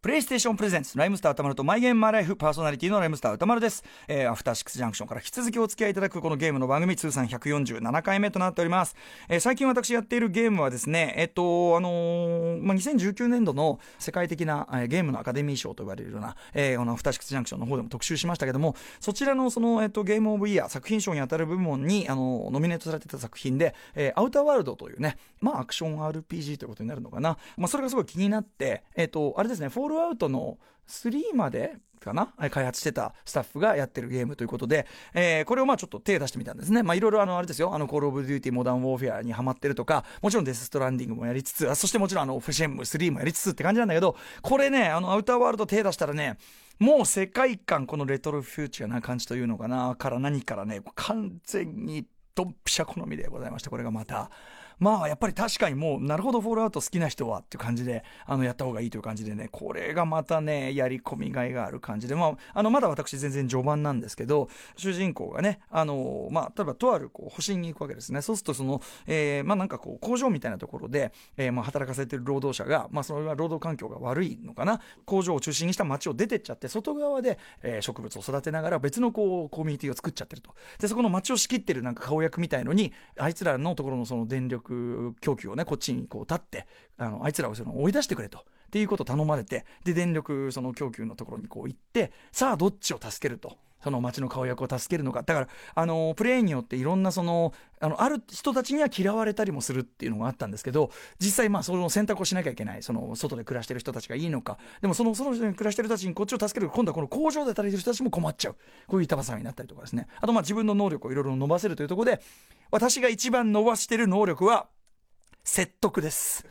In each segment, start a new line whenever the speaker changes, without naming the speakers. プレイステーションプレゼンツ、ライムスター歌丸とマイゲームマイライフパーソナリティのライムスター歌丸です。えー、アフターシックスジャンクションから引き続きお付き合いいただくこのゲームの番組、通算147回目となっております。えー、最近私やっているゲームはですね、えっと、あのーまあ、2019年度の世界的な、えーゲームのアカデミー賞と呼ばれるような、えー、このアフターシックスジャンクションの方でも特集しましたけども、そちらのその、えっと、ゲームオブイヤー作品賞に当たる部門に、あの、ノミネートされてた作品で、えーアウターワールドというね、まあ、アクション RPG ということになるのかな。まあ、それがすごい気になって、えっと、あれですね、フォールアウトの3まで、かなえー開発してたスタッフがやってるゲームということで、えーこれをまあちょっと手出してみたんですね。まあいろいろあの、あれですよ、あの、コールオブデューティーモダンウォーフェアにハマってるとか、もちろんデスストランディングもやりつつ、あそしてもちろんあの、フシェンム3もやりつつって感じなんだけど、これね、あの、アウターワールド手出したらね、もう世界観、このレトロフューチャーな感じというのかな、から何からね、完全にドンピシャ好みでございました、これがまた。まあ、やっぱり確かにもう、なるほど、フォールアウト好きな人はっていう感じで、あの、やった方がいいという感じでね、これがまたね、やり込みがいがある感じで、まあ、あの、まだ私全然序盤なんですけど、主人公がね、あの、まあ、例えばとあるこう星に行くわけですね。そうすると、その、えーまあなんかこう、工場みたいなところで、えーまあ働かせてる労働者が、まあそれは労働環境が悪いのかな、工場を中心にした街を出てっちゃって、外側で、えー植物を育てながら別のこう、コミュニティを作っちゃってると。で、そこの街を仕切ってるなんか顔役みたいのに、あいつらのところのその電力供給をね、こっちにこう立って、あの、あいつらをその追い出してくれと。っていうことを頼まれて、で、電力その供給のところにこう行って、さあどっちを助けると。その町の顔役を助けるのか。だから、あの、プレイによっていろんなその、あの、ある人たちには嫌われたりもするっていうのがあったんですけど、実際まあ、その選択をしなきゃいけない。その、外で暮らしてる人たちがいいのか。でも、その、その人に暮らしてる人たちにこっちを助ける。今度はこの工場で働いてる人たちも困っちゃう。こういう板挟みになったりとかですね。あと、まあ、自分の能力をいろいろ伸ばせるというところで、私が一番伸ばしてる能力は、説得です。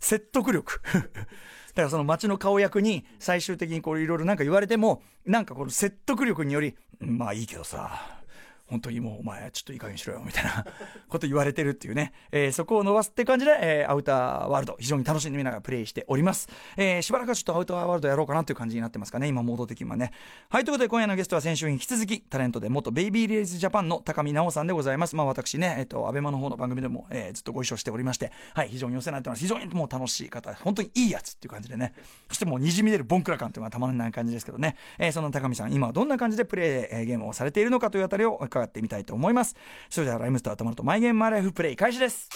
説得力。だからその町の顔役に最終的にこういろいろなんか言われても、なんかこの説得力により、うんまあいいけどさ、本当にもうお前ちょっといい加減にしろよみたいな こと言われてるっていうね、えーそこを伸ばすって感じで、えーアウターワールド非常に楽しんでみながらプレイしております。えーしばらくはちょっとアウターワールドやろうかなという感じになってますかね、今モード的にはね。はい、ということで今夜のゲストは先週に引き続きタレントで元ベイビーレイズジャパンの高見直さんでございます。まあ私ね、えっ、と、アベマの方の番組でも、えーずっとご一緒しておりまして、はい、非常にお世話になってます。非常にもう楽しい方、本当にいいやつっていう感じでね。そしてもう滲み出るボンクラ感というのはたまらない感じですけどね。えーその高見さん、今はどんな感じでプレイ、えーゲームをされているのかというあたりを伺ってみたいと思います。それではライムスターとまるとマイゲームマイライフプレイ開始です。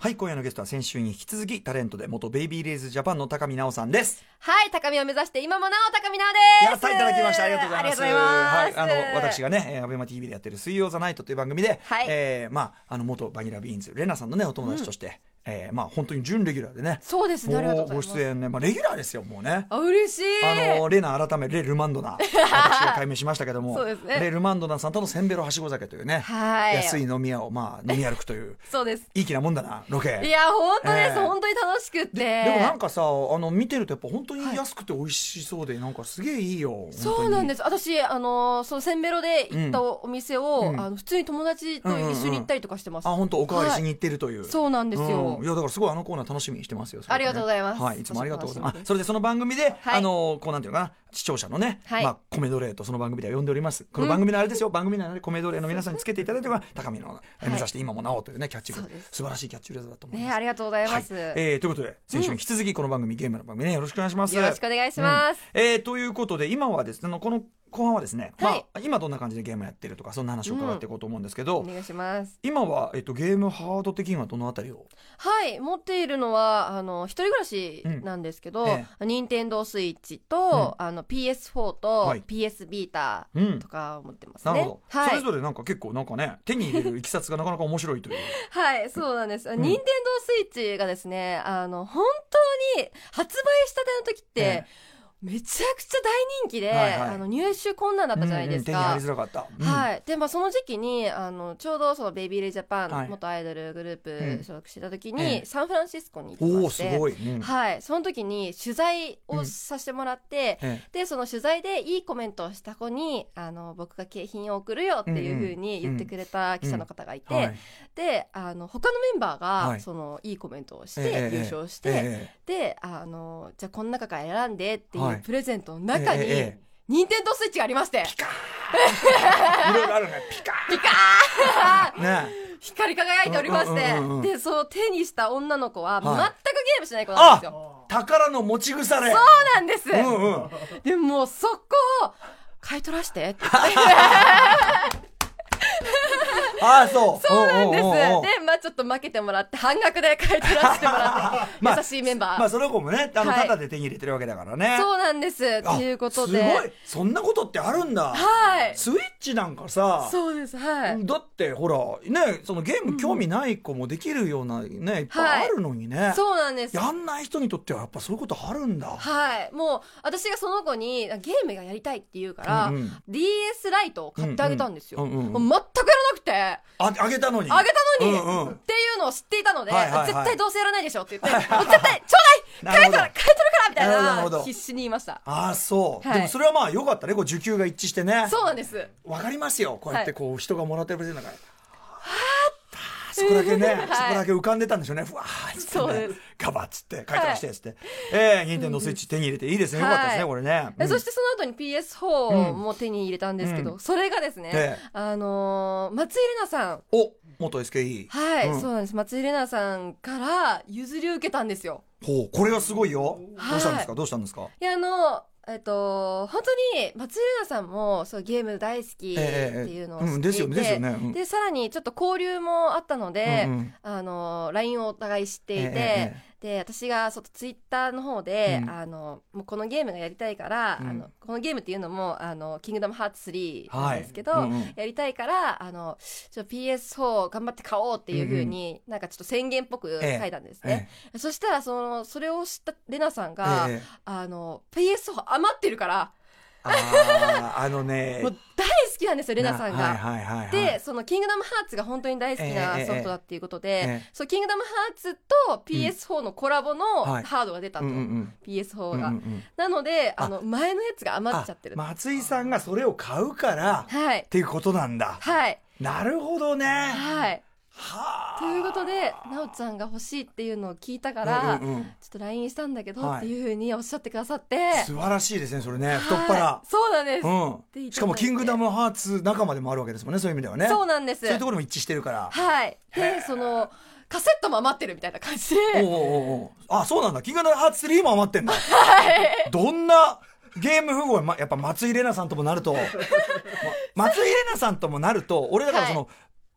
はい、今夜のゲストは先週に引き続きタレントで元ベイビーレイズジャパンの高見直さんです。
はい、高みを目指して今もなお高みなおです。
やったいただきました。ありがとうございます。
ありがとうございます。
はい、あの、私
が。
がね、えーアベマ TV でやってる水曜ザナイトという番組で、
はい
えーまあ、あの、元バニラビーンズ、レナさんのね、お友達として、えーまあ、本当に準レギュラーでね、
そうですね、ありがと
も
う
う
ご
ご
ざいま
出
す。
演ね、まあ、レギュラーですよ、もうね。
あ、嬉しい。
あのレナ改めレ・ルマン ドナ私が解明しましたけども、
そうですね
レ・ルマンドナさんとのせんべろはしご酒というね、
はい
安い飲み屋を、まあ、飲み歩くという
そうです。
いい気なもんだなロケ
いや、本当です。
ええ
本当に楽しくて。
でもなんかさあの見てるとやっぱ本当に安くて美味しそうで、なんかすげえいいよ
そうなんですす。私、あの、そのせんべろで行ったお店を、あの、普通に友達と一緒に行ったりとかしてます。
あ本当おかわりしに行ってるという、
そうなんですよ
うんいやだからすごいあのコーナー楽しみにしてますよそれはね
ありがとうございます
はいいつもありがとうございま
楽
すあ
しみです
それでその番組で、
はい
あのこうなんていうのかな視聴者のね、
はい
まあコメドレーとその番組では呼んでおりますこの番組のあれですよ、番組のあれコメドレーの皆さんにつけていただいては高見の、目指して今もなおというねキャッチフレーズ
そうです
素晴らしいキャッチフレーズだと思います、
ね、ありがとうございます。
はいえーということで先週に引き続きこの番組、ゲームの番組ねよろしくお願いします
よろしくお願いしま
う
す。
んえーということで今はですねあのこの後半はですね、
はい
まあ、今どんな感じでゲームやってるとかそんな話を伺っていこうと思うんですけど、
お願いします。
今は、えっと、ゲームハード的にはどのあたりを
はい、持っているのは、あの、一人暮らしなんですけど、
うんえ
任天堂スイッチと、あの、PS4 と
はい
PS ビータ
うん
とか持ってますね。
なるほど、
はい。
それぞれなんか結構なんかね手に入れるいきさつがなかなか面白いという
はい、そうなんです。任天堂スイッチがですね、あの、本当に発売したての時って、
ええ
めちゃくちゃ大人気で、
はいはい
あの入手困難だったじゃないです
うん
か。
うん手に入りづらかった、うん
はい。で、まあ、その時期に、あの、ちょうどそのベイビーレイジャパン、
はい
元アイドルグループ所属してた時に、
ええ
サンフランシスコに行って
お
ま
お
し
す
て、
ごい、うん
はい。その時に取材をさせてもらって、
え
で、その取材でいいコメントをした子に、あの、僕が景品を送るよっていうふうに言ってくれた記者の方がいて、
えはい
であの他のメンバーが、
はい
い、そのいいコメントをし
え
て
え
優勝して、
え
であのじゃあこの中から選んでってい
はいう
プレゼントの
え
中に、
えええ
ニンテンドースイッチがありまして
えいろいろあるねピカ
ピカ
ーね
光り輝いておりまして、
うんうんうんうん
で、そう、手にした女の子は、全く
はい
ゲームしない子なんですよ。
宝の持ち腐れ。
そうなんです、
うんうん。
でも、そこを、買い取らしてって
ああ、そう。
そうなんです。
おうおうおうおう
で、まあちょっと負けてもらって、半額で買い取らせてもらって、
まあ
優しいメンバー。
まあ、その子もね、あの、
はい
タダで手に入れてるわけだからね。
そうなんです。って
あ
いうことで。
すごい。そんなことってあるんだ。
はい。
スイッチなんかさ。
そうです。はい。
だってほらねそのゲーム興味ない子もできるようなねいっぱいあるのにね、
そうなんです。
やんない人にとってはやっぱそういうことあるんだ、
はい。もう、私がその子に、ゲームがやりたいって言うから、
うんうん
DS ライトを買ってあげたんですよ。
うんうんうんうん
もう全くやらなくて、あ
ああげたのに
げたのに、
うんうん
っていうのを知っていたので、
はいはいはい
絶対どうせやらないでしょって言って、もう絶対、ちょうだ
なるほど
い買い取る買い取るからみ
な
た
るほどなるほ
い
ど
な、必死に言いました。
ああそう、
はい
でもそれはまあよかったねこう受給が一致してね
そうなんです。
わかりますよこうやってこう人がもらってるプレゼントだから、あーそこだけね、
はい
そこだけ浮かんでたんでしょうね。ふわーっつ
そ
っ
う
て、
で
ね
す、
ガバッつって、書いてらしてっつって。えー、ニンテンドースイッチ手に入れていいですね。よ
はい
かったですね、これね。
え
うん
そしてその後に PS4 も手に入れたんですけど、それがですね、
ええ
あのー松井玲奈さん、
お、元 SKE。
はい、
うん
そうなんです。松井玲奈さんから譲り受けたんですよ。
ほう、これはすごいよ。
はい
どうしたんですかどうしたんですか
いや、あの、えっと、本当に松井玲奈さんもそうゲーム大好きっていうのを知っていて、
うん、ですよね、ですよね。うん
でさらにちょっと交流もあったので、
うんうん
あの LINE をお互い知っていて、
ええええ
で私がそのツイッターの方で、
うん
あのもうこのゲームがやりたいから、
うん
あのこのゲームっていうのも「あのキングダムハーツ3」
は
ないんですけど、
うんうん
やりたいからあのちょっと PS4 頑張って買おうっていうふうに、なんかちょっと宣言っぽく書いたんですね、そしたらそのそれを知ったレナさんが、
ええ
あの PS4 余ってるから
あーあのね
もう大好きなんですよレナさんが。
はいはいはいはい、
で、そのキングダムハーツが本当に大好き
ええええ
なソフトだっていうことで、
ええ
そうキングダムハーツと PS4 のコラボの
はい
ハードが出た
う
と、
んうんうん、
PS4 が、
うんうんうん
なので
あ
あの前のやつが余っちゃってる、
あ松井さんがそれを買うからっ
はい
ていうことなんだ、
はい
なるほどね
はいい
はあ
ということでなおちゃんが欲しいっていうのを聞いたから、
うんうんうん
ちょっと LINE したんだけど、
はい
っていうふうにおっしゃってくださって
素晴らしいですねそれね
はい
太っ腹、
そうなんです、ていただ
う
い
ん
て
しかも「キングダムハーツ」仲間でもあるわけですもんねそういう意味ではね
そう
で
なんです
そういうところも一致してるから
はいでそのカセットも余ってるみたいな感じで
おうおうおうお うあそうなんだ「キングダムハーツ3」も余ってんだどんなゲーム富豪は、ま、やっぱ松井玲奈さんともなる と、ま松井玲奈さんともなると俺だからその、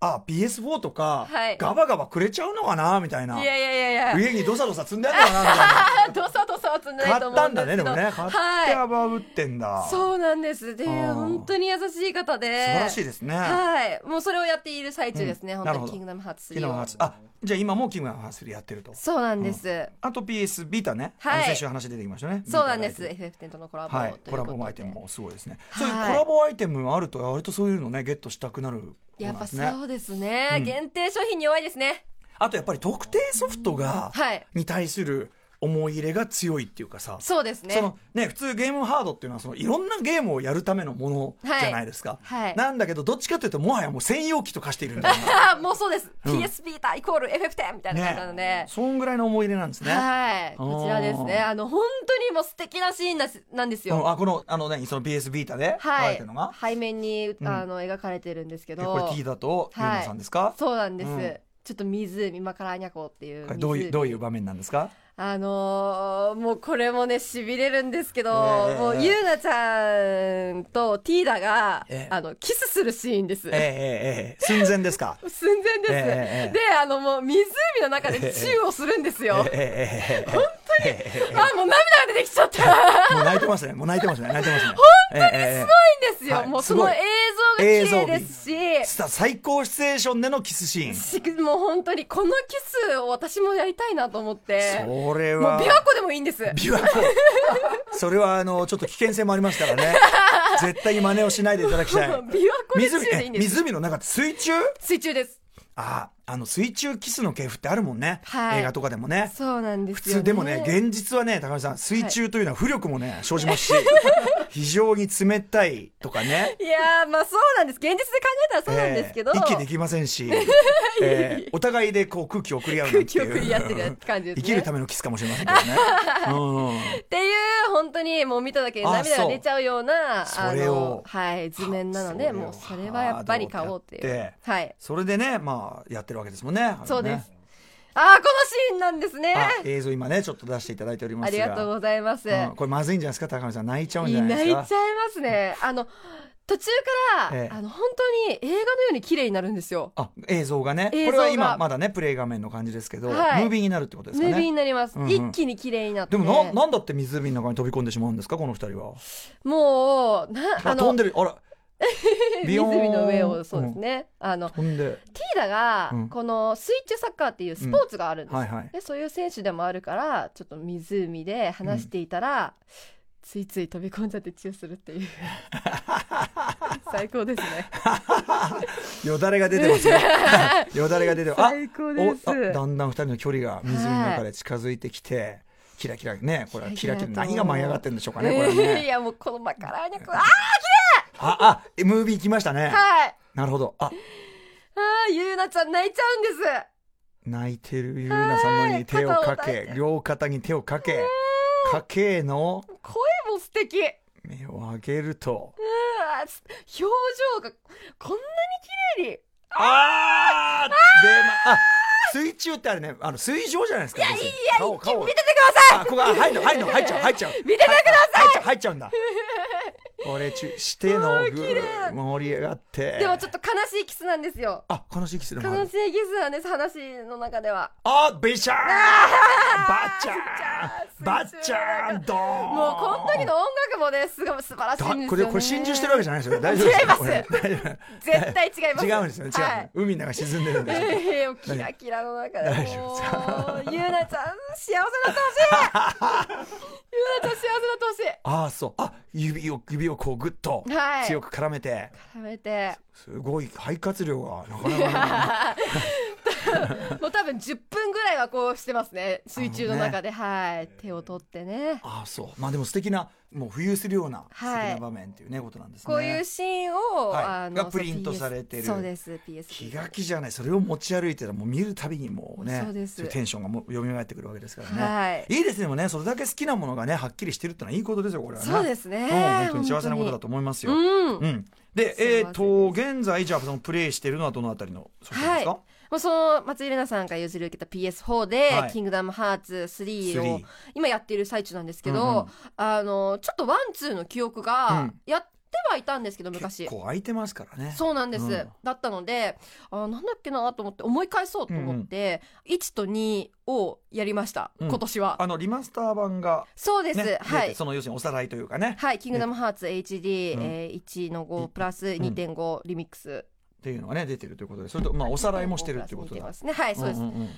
あ PS4 とか、
はい
ガバガバくれちゃうのかなみたいない
やいやいやいや
家にどさどさ積んであるのかなみたいな
どさどさは積んで ないと
買っ
思
た
うんん
だ
で
ねで
すけ
も
ど
ね買って
は
アバ打ってんだ、
い、そうなんですで
あー
本当に優しい方で
素晴らしいですね、
はいもうそれをやっている最中ですね、
うんな
本
る
当
ほど
にキングダムハーツ
キング
3
ダム
を
ハーツあじゃあ今もキングダムハーツ3やってると
そうなんです、
あと PS ビータね、
はい
あの先週話出てきましたね
そうなんです
ビータ
FF10 とのコラボ
ライ
とい
ト
うこ
で
とで
はい、コラボアイテムもすごいですね、
は
そ
い
ういうコラボアイテムあると割とそういうのねゲットしたくなる
やっ
方なん
ぱ
ですね
そうですね、
うん
限定商品に弱いですね
あとやっぱり特定ソフトが、
はい
に対する思い入れが強いっていうかさ、
そうですね
そのね、普通ゲームハードっていうのはそのいろんなゲームをやるためのものじゃないですか。
はい
なんだけどどっちかというともはやもう専用機と化しているんだよね
あ ーもうそうです、
うん
PS ビータイコール FF10 みたいな感じなので、
ね、そんぐらいの思い入れなんですね。
はいこちらですね
あー
あの本当にもう素敵なシーンなすなんです
う
よ、
んあこのあのねその PS ビータで買わ
は
れ
い
てるのが、
背面にあの描かれてるんですけ
で
ど、
これ T だとユーナさんですか、
そうなんです、
うん
ちょっと湖マカラーニャコっていう
これどういう
湖
どういう場面なんですか
あのーもうこれもねしびれるんですけど、
ええ
もうゆうなちゃんとティーダが、
ええ
あのキスするシーンです、
ええええええ寸前ですか
寸前です、
ええええ
であのもう湖の中でチューをするんですよ、
ええええええええ
あもう涙が出てきちゃった怖
もう泣いてますねもう泣いてますね泣いてますね本当にすごい
いんですよ、
はい
もう
す
そ
ごい
の映像が綺麗ですし
さ最高シチュエーションでのキスシーン。
しもう本当にこのキスを私もやりたいなと思ってもう
それ
琵
は。
琶湖でもいいんです
琵琶湖。それはあの、ちょっと危険性もありますから ね。絶対に真似をしないでいただきた
もう
い。
琵琶湖でチュ
湖
ーでいい
え
んです
湖の中って水中
水中です
ああ、あの水中キスの系譜ってあるもんね。
はい
映画とかでもね。
そうなんで
普
すよ、ね、
通でもね、現実はね、高橋さん、水中というのは浮力もね、生じますし、非常に冷たいとかね。
いやーまあそうなんです現実で考えたらそうなんですけど、
えー息できません し、えーお互いでこう空気を送り合うなん
空
て
気
い
を
う
食い合ってる感じですね
生きるためのキスかもしれませんけどね。 うん
っていう本当にもう見ただけで涙が出ちゃうような
あそうそれを
のはい図面なの
それ
で
を
もうそれはやっぱり買おうってい
ハード
う
ルを
はい
それでね、まあ、やってるわけですもんね。あれね
そうです。ああこのシーンなんですね
あ映像今ね、ちょっと出していただいておりま
あ
す
り
が。
がとうございますい
うんこれまずいんじゃないですか、高見さん。泣いちゃうんじゃない
泣
で
いち
す
ゃい
か。
ますねあの途中から、
ええ
あの本当に映画のように綺麗になるんですよ
あ映像がね
映像が
これは今まだねプレイ画面の感じですけど、
はい
ムービーになるってことです
ム
か
ービーに
ね
なります、
うんうん
一気に綺麗になって
でもななんだって湖の中に飛び込んでしまうんですかこの二人は
もうな
あ
あ
飛ん
の
でるあらビヨーン
湖の上をそうですね、あの
飛んで
ティーダが
うん
この水中サッカーっていうスポーツがあるんです、
はいはい
でそういう選手でもあるからちょっと湖で話していたら、ついつい飛び込んじゃってチューするっていう 最高ですね
よだれが出てますよよだれが出てますあ
最高
お
です
あだんだん二人の距離が湖の中で近づいてきて、キラキラねこれはキラキラ
キラキラと
何が舞い上がってるんでしょうかねこれはね
いやもうこのマカラーニャあ
ああムービー来ましたね、
ーはい
なるほどあ
あーゆうなちゃん泣いちゃうんです
泣いてるゆうなさんのに手をか
はい肩を抱い
け
て
両肩に手をかけかけの
声も素敵う
目を上げると
わす表情がこんなに綺麗に
ああで、ま、あ水中ってあれねあの水上じゃないですかいやいやい顔顔
見ててください
あここが入るの入るの入っちゃう入っちゃう
見ててくだ
入っちゃう入っちゃうんだこれ中してのぐー盛り上がって
でもちょっと悲しいキスなんですよ
あ悲しいキスでもあ
悲
る
しいキスなんです話の中では
あベシャーンバッチャーンバッチャーンドーン
もうこの時の音楽もねすごい素晴らしいんですよね
だこれこれ心中してるわけじゃないですよね大丈夫
違います
ですかこれ大丈夫
絶対違います
違うんですよね違う、
はい
海の中沈んでるんですよ
ええもうキラキラの中で
大丈夫
も
で
う
す
ゆうなちゃん幸せになってほしいゆうなちゃん幸せになってほしい
ああそうあ指を指をこうグッと
はい
強く絡めて、
食べて
すごい肺活量がなかなかね
もう多分10分ぐらいはこうしてますね水中の中で、はい手を取ってね
ああそうまあでも素敵なもう浮遊するような素敵
はい
な場面っていうね、ことなんですね
こういうシーンを、
はい
あの
がプリントされてる
そう PS そうです PS
気が気じゃないそれを持ち歩いてたらもう見るたびにもうね
そうです
いテンションがもう蘇ってくるわけですからね、
はい
いですねでもねそれだけ好きなものがねはっきりしてるってのはいいことですよこれはね
そうですね
うん本当に幸せなことだと思いますよ、
うん
うんで
幸せ
えっ、と現在じゃあそのプレイしてるのはどのあたりの作品で
は
す
い、
か、
もうその松井玲奈さんが譲り受けた PS4 で「
はい
キングダムハーツ3」を
3
今やっている最中なんですけど、
うんうん
あのちょっとワンツーの記憶
う
が
ん
やってはいたんですけど昔
結構空いてますからね
そうなんです、
うん
だったのであなんだっけなと思って思い返そうと思って、1と2をやりました、
うん
今年は
あのリマスター版が
そうです、
ね、
は
で
い
その要するにおさらいというかね、
はい「キングダムハーツ HD1、
うん
えー1の5プラス2.5、リミックス
っていうのがね出てるということでそれとまあおさらいもしてるっていうこと
2.5プ
だ
ラス2.5ですねはいそうです、
んんん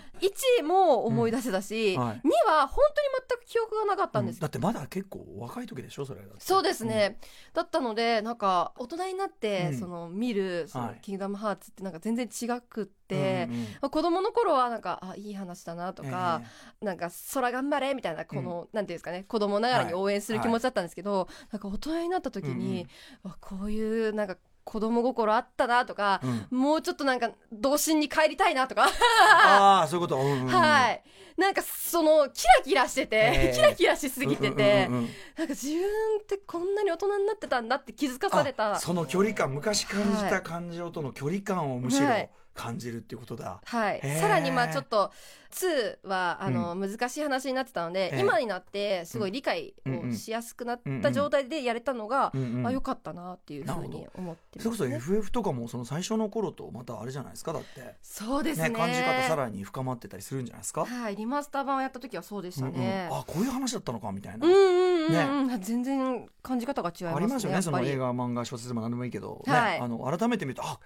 1も思い出せたし、
うんはい
2は本当に全く記憶がなかったんです、
だってまだ結構若い時でしょそれだって
そうですね、だったのでなんか大人になって、
うん
その見る「その
はい
キングダムハーツ」ってなんか全然違くっ
うん
て、
うんうん
まあ子供の頃はなんかあいい話だなとか、
ええ
なんか空頑張れみたいなこの、なんていうんですかね子供ながらに応援する気持ちだったんですけど、なんか大人になった時に、わこういうなんか子供心あったなとか、
うん
もうちょっとなんか童心に帰りたいなとか
ああそういうこと、うんうんうん
はい。なんかそのキラキラしてて、
ええ
キラキラしすぎてて、
うんうんうんうん
なんか自分ってこんなに大人になってたんだって気づかされ
あ
た。
その距離感昔感じ
は
た
い
感情との距離感をむしろ
はい
感じるっていうことだ、
はい
へえ、
さらにまあちょっと2はあの難しい話になってたので、
ええ
今になってすごい理解をしやすくなっ
うんうん
た状態でやれたのが、
うんうん
あよかったなっていうふうに思って
それ
ま
こ
す、
そ
ね、
FF とかもその最初の頃とまたあれじゃないですかだってね
そうですね
感じ方さらに深まってたりするんじゃないですか、
はいリマスター版をやった時はそうでし
うん
た
うん
ね、
あこういう話だったのかみたいな、
うんうんうん、うん全然感じ方が違いますね
ありますよ
や
ね
っ
そ
ぱ
の
り
映画漫画小説でも何でもいいけど、ね
はい
あの改めて見るとあ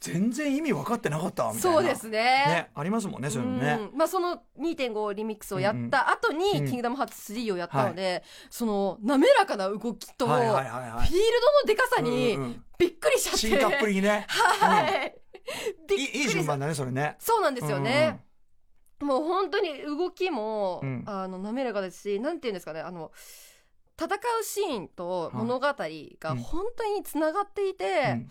全然意味分かってなかったみたいな
そうです
ねありますもんねそういうのね
うんまあ、その2.5リミックスをやった後に
うんうん
「キングダムハーツ3」をやったので、その滑らかな動きと、
はいはいはいは
フィールド
い
のでかさに
うんうん
びっくりしちゃって、
シーカップリにね、
はい、
うん
び
い
っくり
いい順番だねそれね
そうなんですよね、もう本当に動きも、
うん
あの滑らかですしなんていうんですかねあの戦うシーンと
はい
物語が
うん
本当につながっていて、
うん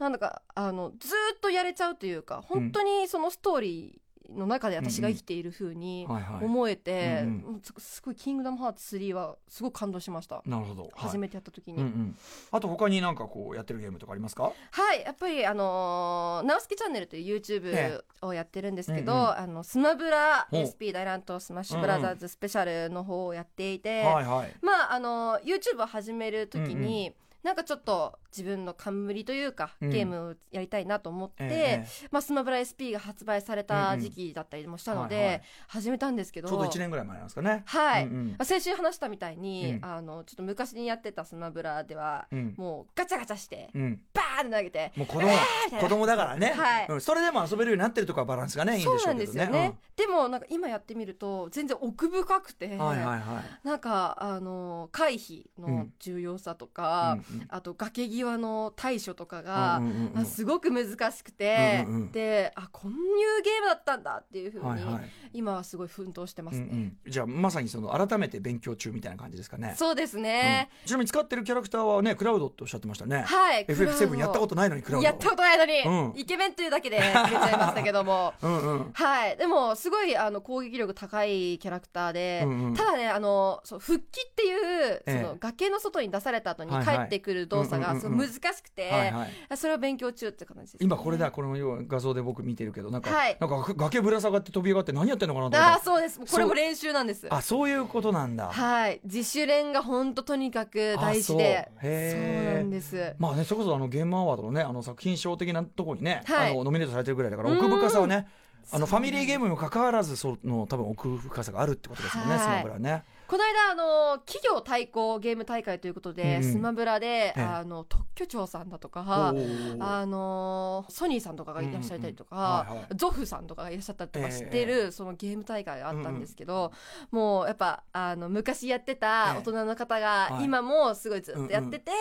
なんだかあのずーっとやれちゃうというか本当にそのストーリーの中で私が生きている風に
はいは
思えて、
うん
もうすすごい「キングダムハーツ3」はすごく感動しました、
いなるほどはい
初めてやった時に、
うんうん、あと他になんかこうやってるゲームとかありますか
はいやっぱりあのー「ナオスキチャンネル」という
え
YouTube をやってるんですけど、
うんうん
あのスマブラ
ほう
SP 大乱闘スマッシュブラザーズスペシャルの方をやっていて、
はいはい
まああの YouTube を始めるときに、なんかちょっと自分の冠というか、
うん
ゲームをやりたいなと思って、
ええ
まあ、スマブラ SP が発売された時期だったりもしたので、
うんうんはいはい
始めたんですけど
ちょうど1年ぐらい前なんですかね
はい、
うんうん
まあ先週話したみたいに、
うん
あのちょっと昔にやってたスマブラでは、
うん
もうガチャガチャして、
うん、
バーンって投げて、
もう子供
みたいな
子供だからね、
はい
うん、それでも遊べるようになってるとかバランスがねいいん
そ
で
う
しょ
な
うんけ
で
ど
すよ
ね
ねでもなんか今やってみると全然奥深くて、
うんはいはいはい、
なんかあの回避の重要さとか、あと崖際の対処とかが、
うんうんうんうん
あすごく難しくて、
うんうんうん
であこういうゲームだったんだっていうふうに、
はいはい
今はすごい奮闘してま
う
す
ん
ね。
うん、じゃあまさにその改めて勉強中みたいな感じですかね
そうですね、
うんちなみに使ってるキャラクターはねクラウドっておっしゃってましたね、
はい
FF7 やったこととないのにクラウド
やったことないのに、
うん
イケメンというだけで出ちゃいましたけ ども
うんうん
はいでもすごいあの攻撃力高いキャラクターで、
うんうん
ただねあのそう復帰っていうそ
ええ
の崖の外に出された後に
はい
帰
はい
ってくる動作
うん
が
うん
す
うん
ご
うん
い難しくて、
はいはい
それを勉強中って感じです、ね、
今これだこの要は画像で僕見てるけどなんか、
はい
なんか崖ぶら下がって飛び上がって何やってんのかなと思
あ
っ
あそうですこれも練習なんです
たあそういうことなんだ
はい自主練が本当とにかく大事で
あそう
そう
へー
なんです
まあねそれこそあのゲームアワードのねあの作品賞的なとこにね、
はい
あのノミネートされてるぐらいだから
うん
奥深さはねあの
そう
ファミリーゲームにもかかわらずその多分奥深さがあるってことですもんね、
はい
スマブラね
この間あの企業対抗ゲーム大会ということで、
うんうん
スマブラで、
ええ
あの特許庁さんだとか
おー
あのソニーさんとかがいらっしゃったりとか、
うんうんうんはいは
ゾフさんとかがいらっしゃったりとか
ええ
してる、そのゲーム大会があったんですけど、もうやっぱあの昔やってた
ええ
大人の方
は
が
い
今もすごいずっとやってて、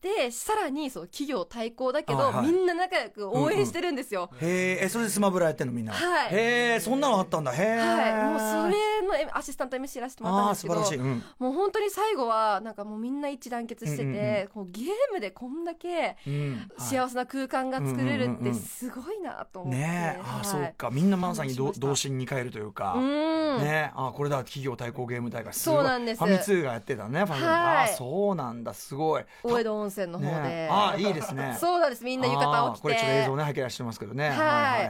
でさらにその企業対抗だけど、
はいはい
みんな仲良く応援してるんですよ。
へーえそれでスマブラやってんのみんな
はい
へえそんなのあったんだへえ
はい、もうそれのえアシスタント MC やらせてもらったん
ああー
です
素晴
けど
らしい、うん
もう本当に最後はなんかもうみんな一致団結してて、
うんうんう
こうゲームでこんだけ
うんはい
幸せな空間が作れるっ
うんうんうんう
て
ん
すごいなと思って、
ねえ、あ
は
あ
い
そうかみんなまさに
感
同
動しました
同心に帰るというか、
うーん、
ねあこれだ企業対抗ゲーム大会
そうなんです
ごいファミ通がやってたねファミ通
はい
あそうなんだすごい
大江戸温泉の方で、
ねあいいですね
そうなんですみんな浴衣を
あ
着て
ーこれちょっと映像ね拝見してますけどね
はい
い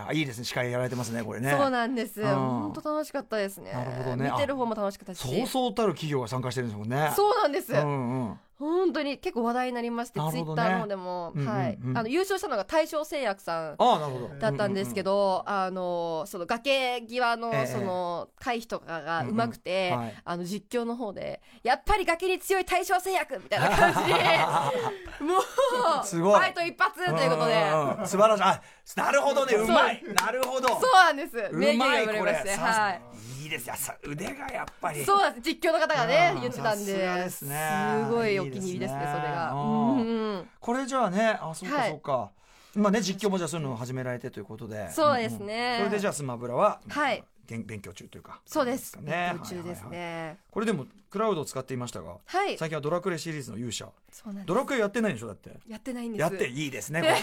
はい、いいですね司会やられてますねこれね
そうなんです
うん
本当楽しかったですね
なるほどね
見てる方も楽しかったし
そうそうたる企業が参加してるんですもんね
そうなんです、
うんうん
本当に結構話題になりまして、
な
ツ
る
イ
ほど
ッ
ね
ターの方でも、
うんうんうん
はい、あの優勝したのが大正製薬さん
ああなるほど
だったんですけ、ど、あのその崖際の
ええ
その回避とかがうまくて、
うんうんはい
あの実況の方でやっぱり崖に強い大正製薬みたいな感 じでもう
すごい
ファイト一発と
うん
い
うん
うことで
うんうん素晴らしいあなるほどね
う
うまいなるほど
そうなんです
う
名言
ま
が
い
生ま
こ
れ
れ
まして
さ
はい
いいですよさ腕がやっぱり
そうなんです実況の方がね
うん
言ってたん
さすが
で
ですね
すごいお気に入りですね
いいですね
それが
う
うんんうん
これじゃあねあそうか
はい
そうか、まあね実況もじゃあそういうのを始められてということで
そうです
んう
ね
んそれでじゃあスマブラは、
はい
勉勉強中というか
そうです
かね
勉強中で
はい
す
はいはい
ね
これでもクラウドを使っていましたが、
はい
最近はドラクエシリーズの勇者
そうなんで
ドラクエやってないでしょだって
すやってないんです
やっていいです ねこれね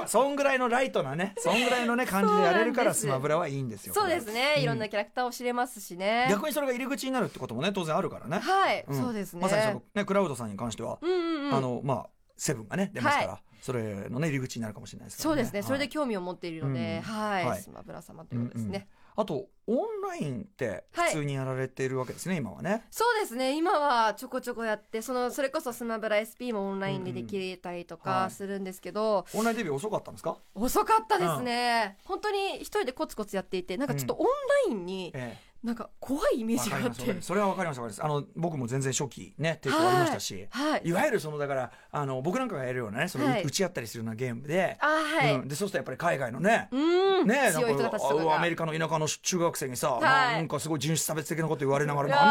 こそんぐらいのライトなねそんぐらいのね感じでやれるからス
そう
マ
なんです
ブラはいいんですよ
そうですねいろん
う
なキャラクターを知れますしね
逆にそれが入り口になるってこともね当然あるからね
はい、
ん
そうですね。
まさにそのねクラウドさんに関しては、
うんうんうん。
あのまあセブンがね出ますから、
は
それのね入り口になるかもしれないですか
そ
ら
うですね、それ
は
で
い
興味を持っているので、
うん
はい、
はい
スマブラ様ということですね。
うんうんあとオンラインって普通にやられているわけですね、今はね
そうですね今はちょこちょこやってそのそれこそスマブラ SP もオンラインでできたりと
うんうん
かするんですけど、
オンラインデビュー遅かったんですか、
遅かったですね、本当に一人でコツコツやっていてなんかちょっとオンラインに
え
なんか怖いイメ
え
ージがあ
わかり
っ
ます
て、
わかりますそれはわかりますわかりますあの僕も全然初期ね抵抗ありましたし、
はい
いわゆるそのだからあの僕なんかがやるようなねその、
はい
打ち合ったりするようなゲームで、
あーはい、
うん、でそうするとやっぱり海外のね、
うん、
ね
強
な
い人
ん
た
か
ちとか
あ
が
アメリカの田舎の中学生にさ、
い
なんかすごい人種差別的なこと言われながら
うわ
なん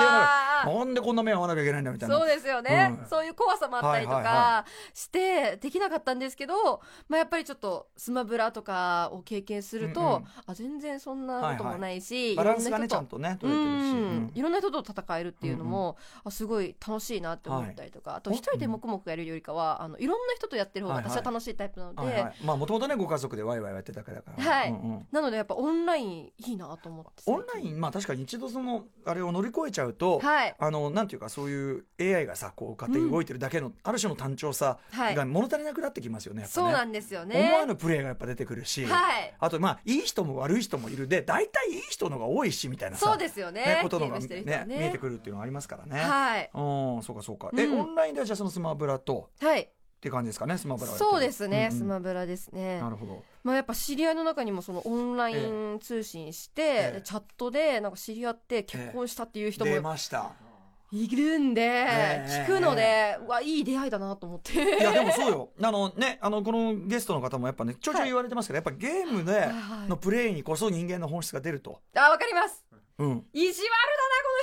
ー
でなんでこんな目合わなきゃいけないんだみたいな
そうですよね、
うん
そういう怖さもあったりと
はいはいは
かしてできなかったんですけど、まあ、やっぱりちょっとスマブラとかを経験すると、
うんうん
あ全然そんなこともないし、
バランスがね
い
ちゃ
ろん
ん
な人
とね
う
取れてるし、
ん
ん、
いろんな人と戦えるっていうのも、あすごい楽しいなって思ったりとか、あと
お
一人で黙々やるよりかは、あのいろんな人とやってる方が
はいはい
私は楽しいタイプなので、
はいはい、まあもともとねご家族でワイワイやってたからだから、
はい
うんうん
なのでやっぱオンラインいいなと思って
オンラインまあ確かに一度そのあれを乗り越えちゃうと、
はい
あのなんていうかそういう AI がさこう勝手に動いてるだけの、ある種の単調さ
はい
が物足りなくなってきますよねやっぱ
そう
ね
なんですよね
思わぬプレーがやっぱ出てくるし、
はい
あとまあいい人も悪い人もいるで大体いい人のが多いしみたいなさ
そうですよね
ねことの
ゲー
が、ね
ムしてる人はね
見えてくるっていうのはありますからね。
はい
うんそうかそうか、え
うん
オンラインではじゃあそのスマブラと
はい
っていう感じですかねスマブラはやっぱり
そうですね、
うんうん
スマブラですね
なるほど
まあやっぱ知り合いの中にもそのオンライン通信して、
ええ
チャットでなんか知り合って結婚したっていう人
出
も
ました
いるんで、
ええ
聞くので、うわいい出会いだなと思って
いやでもそうよあのねあのこのゲストの方もやっぱねちょいちょい言われてますけど、やっぱゲームで
はい
のプレイにこそ人間の本質が出ると、
あわかります
うん、
意地悪だなこの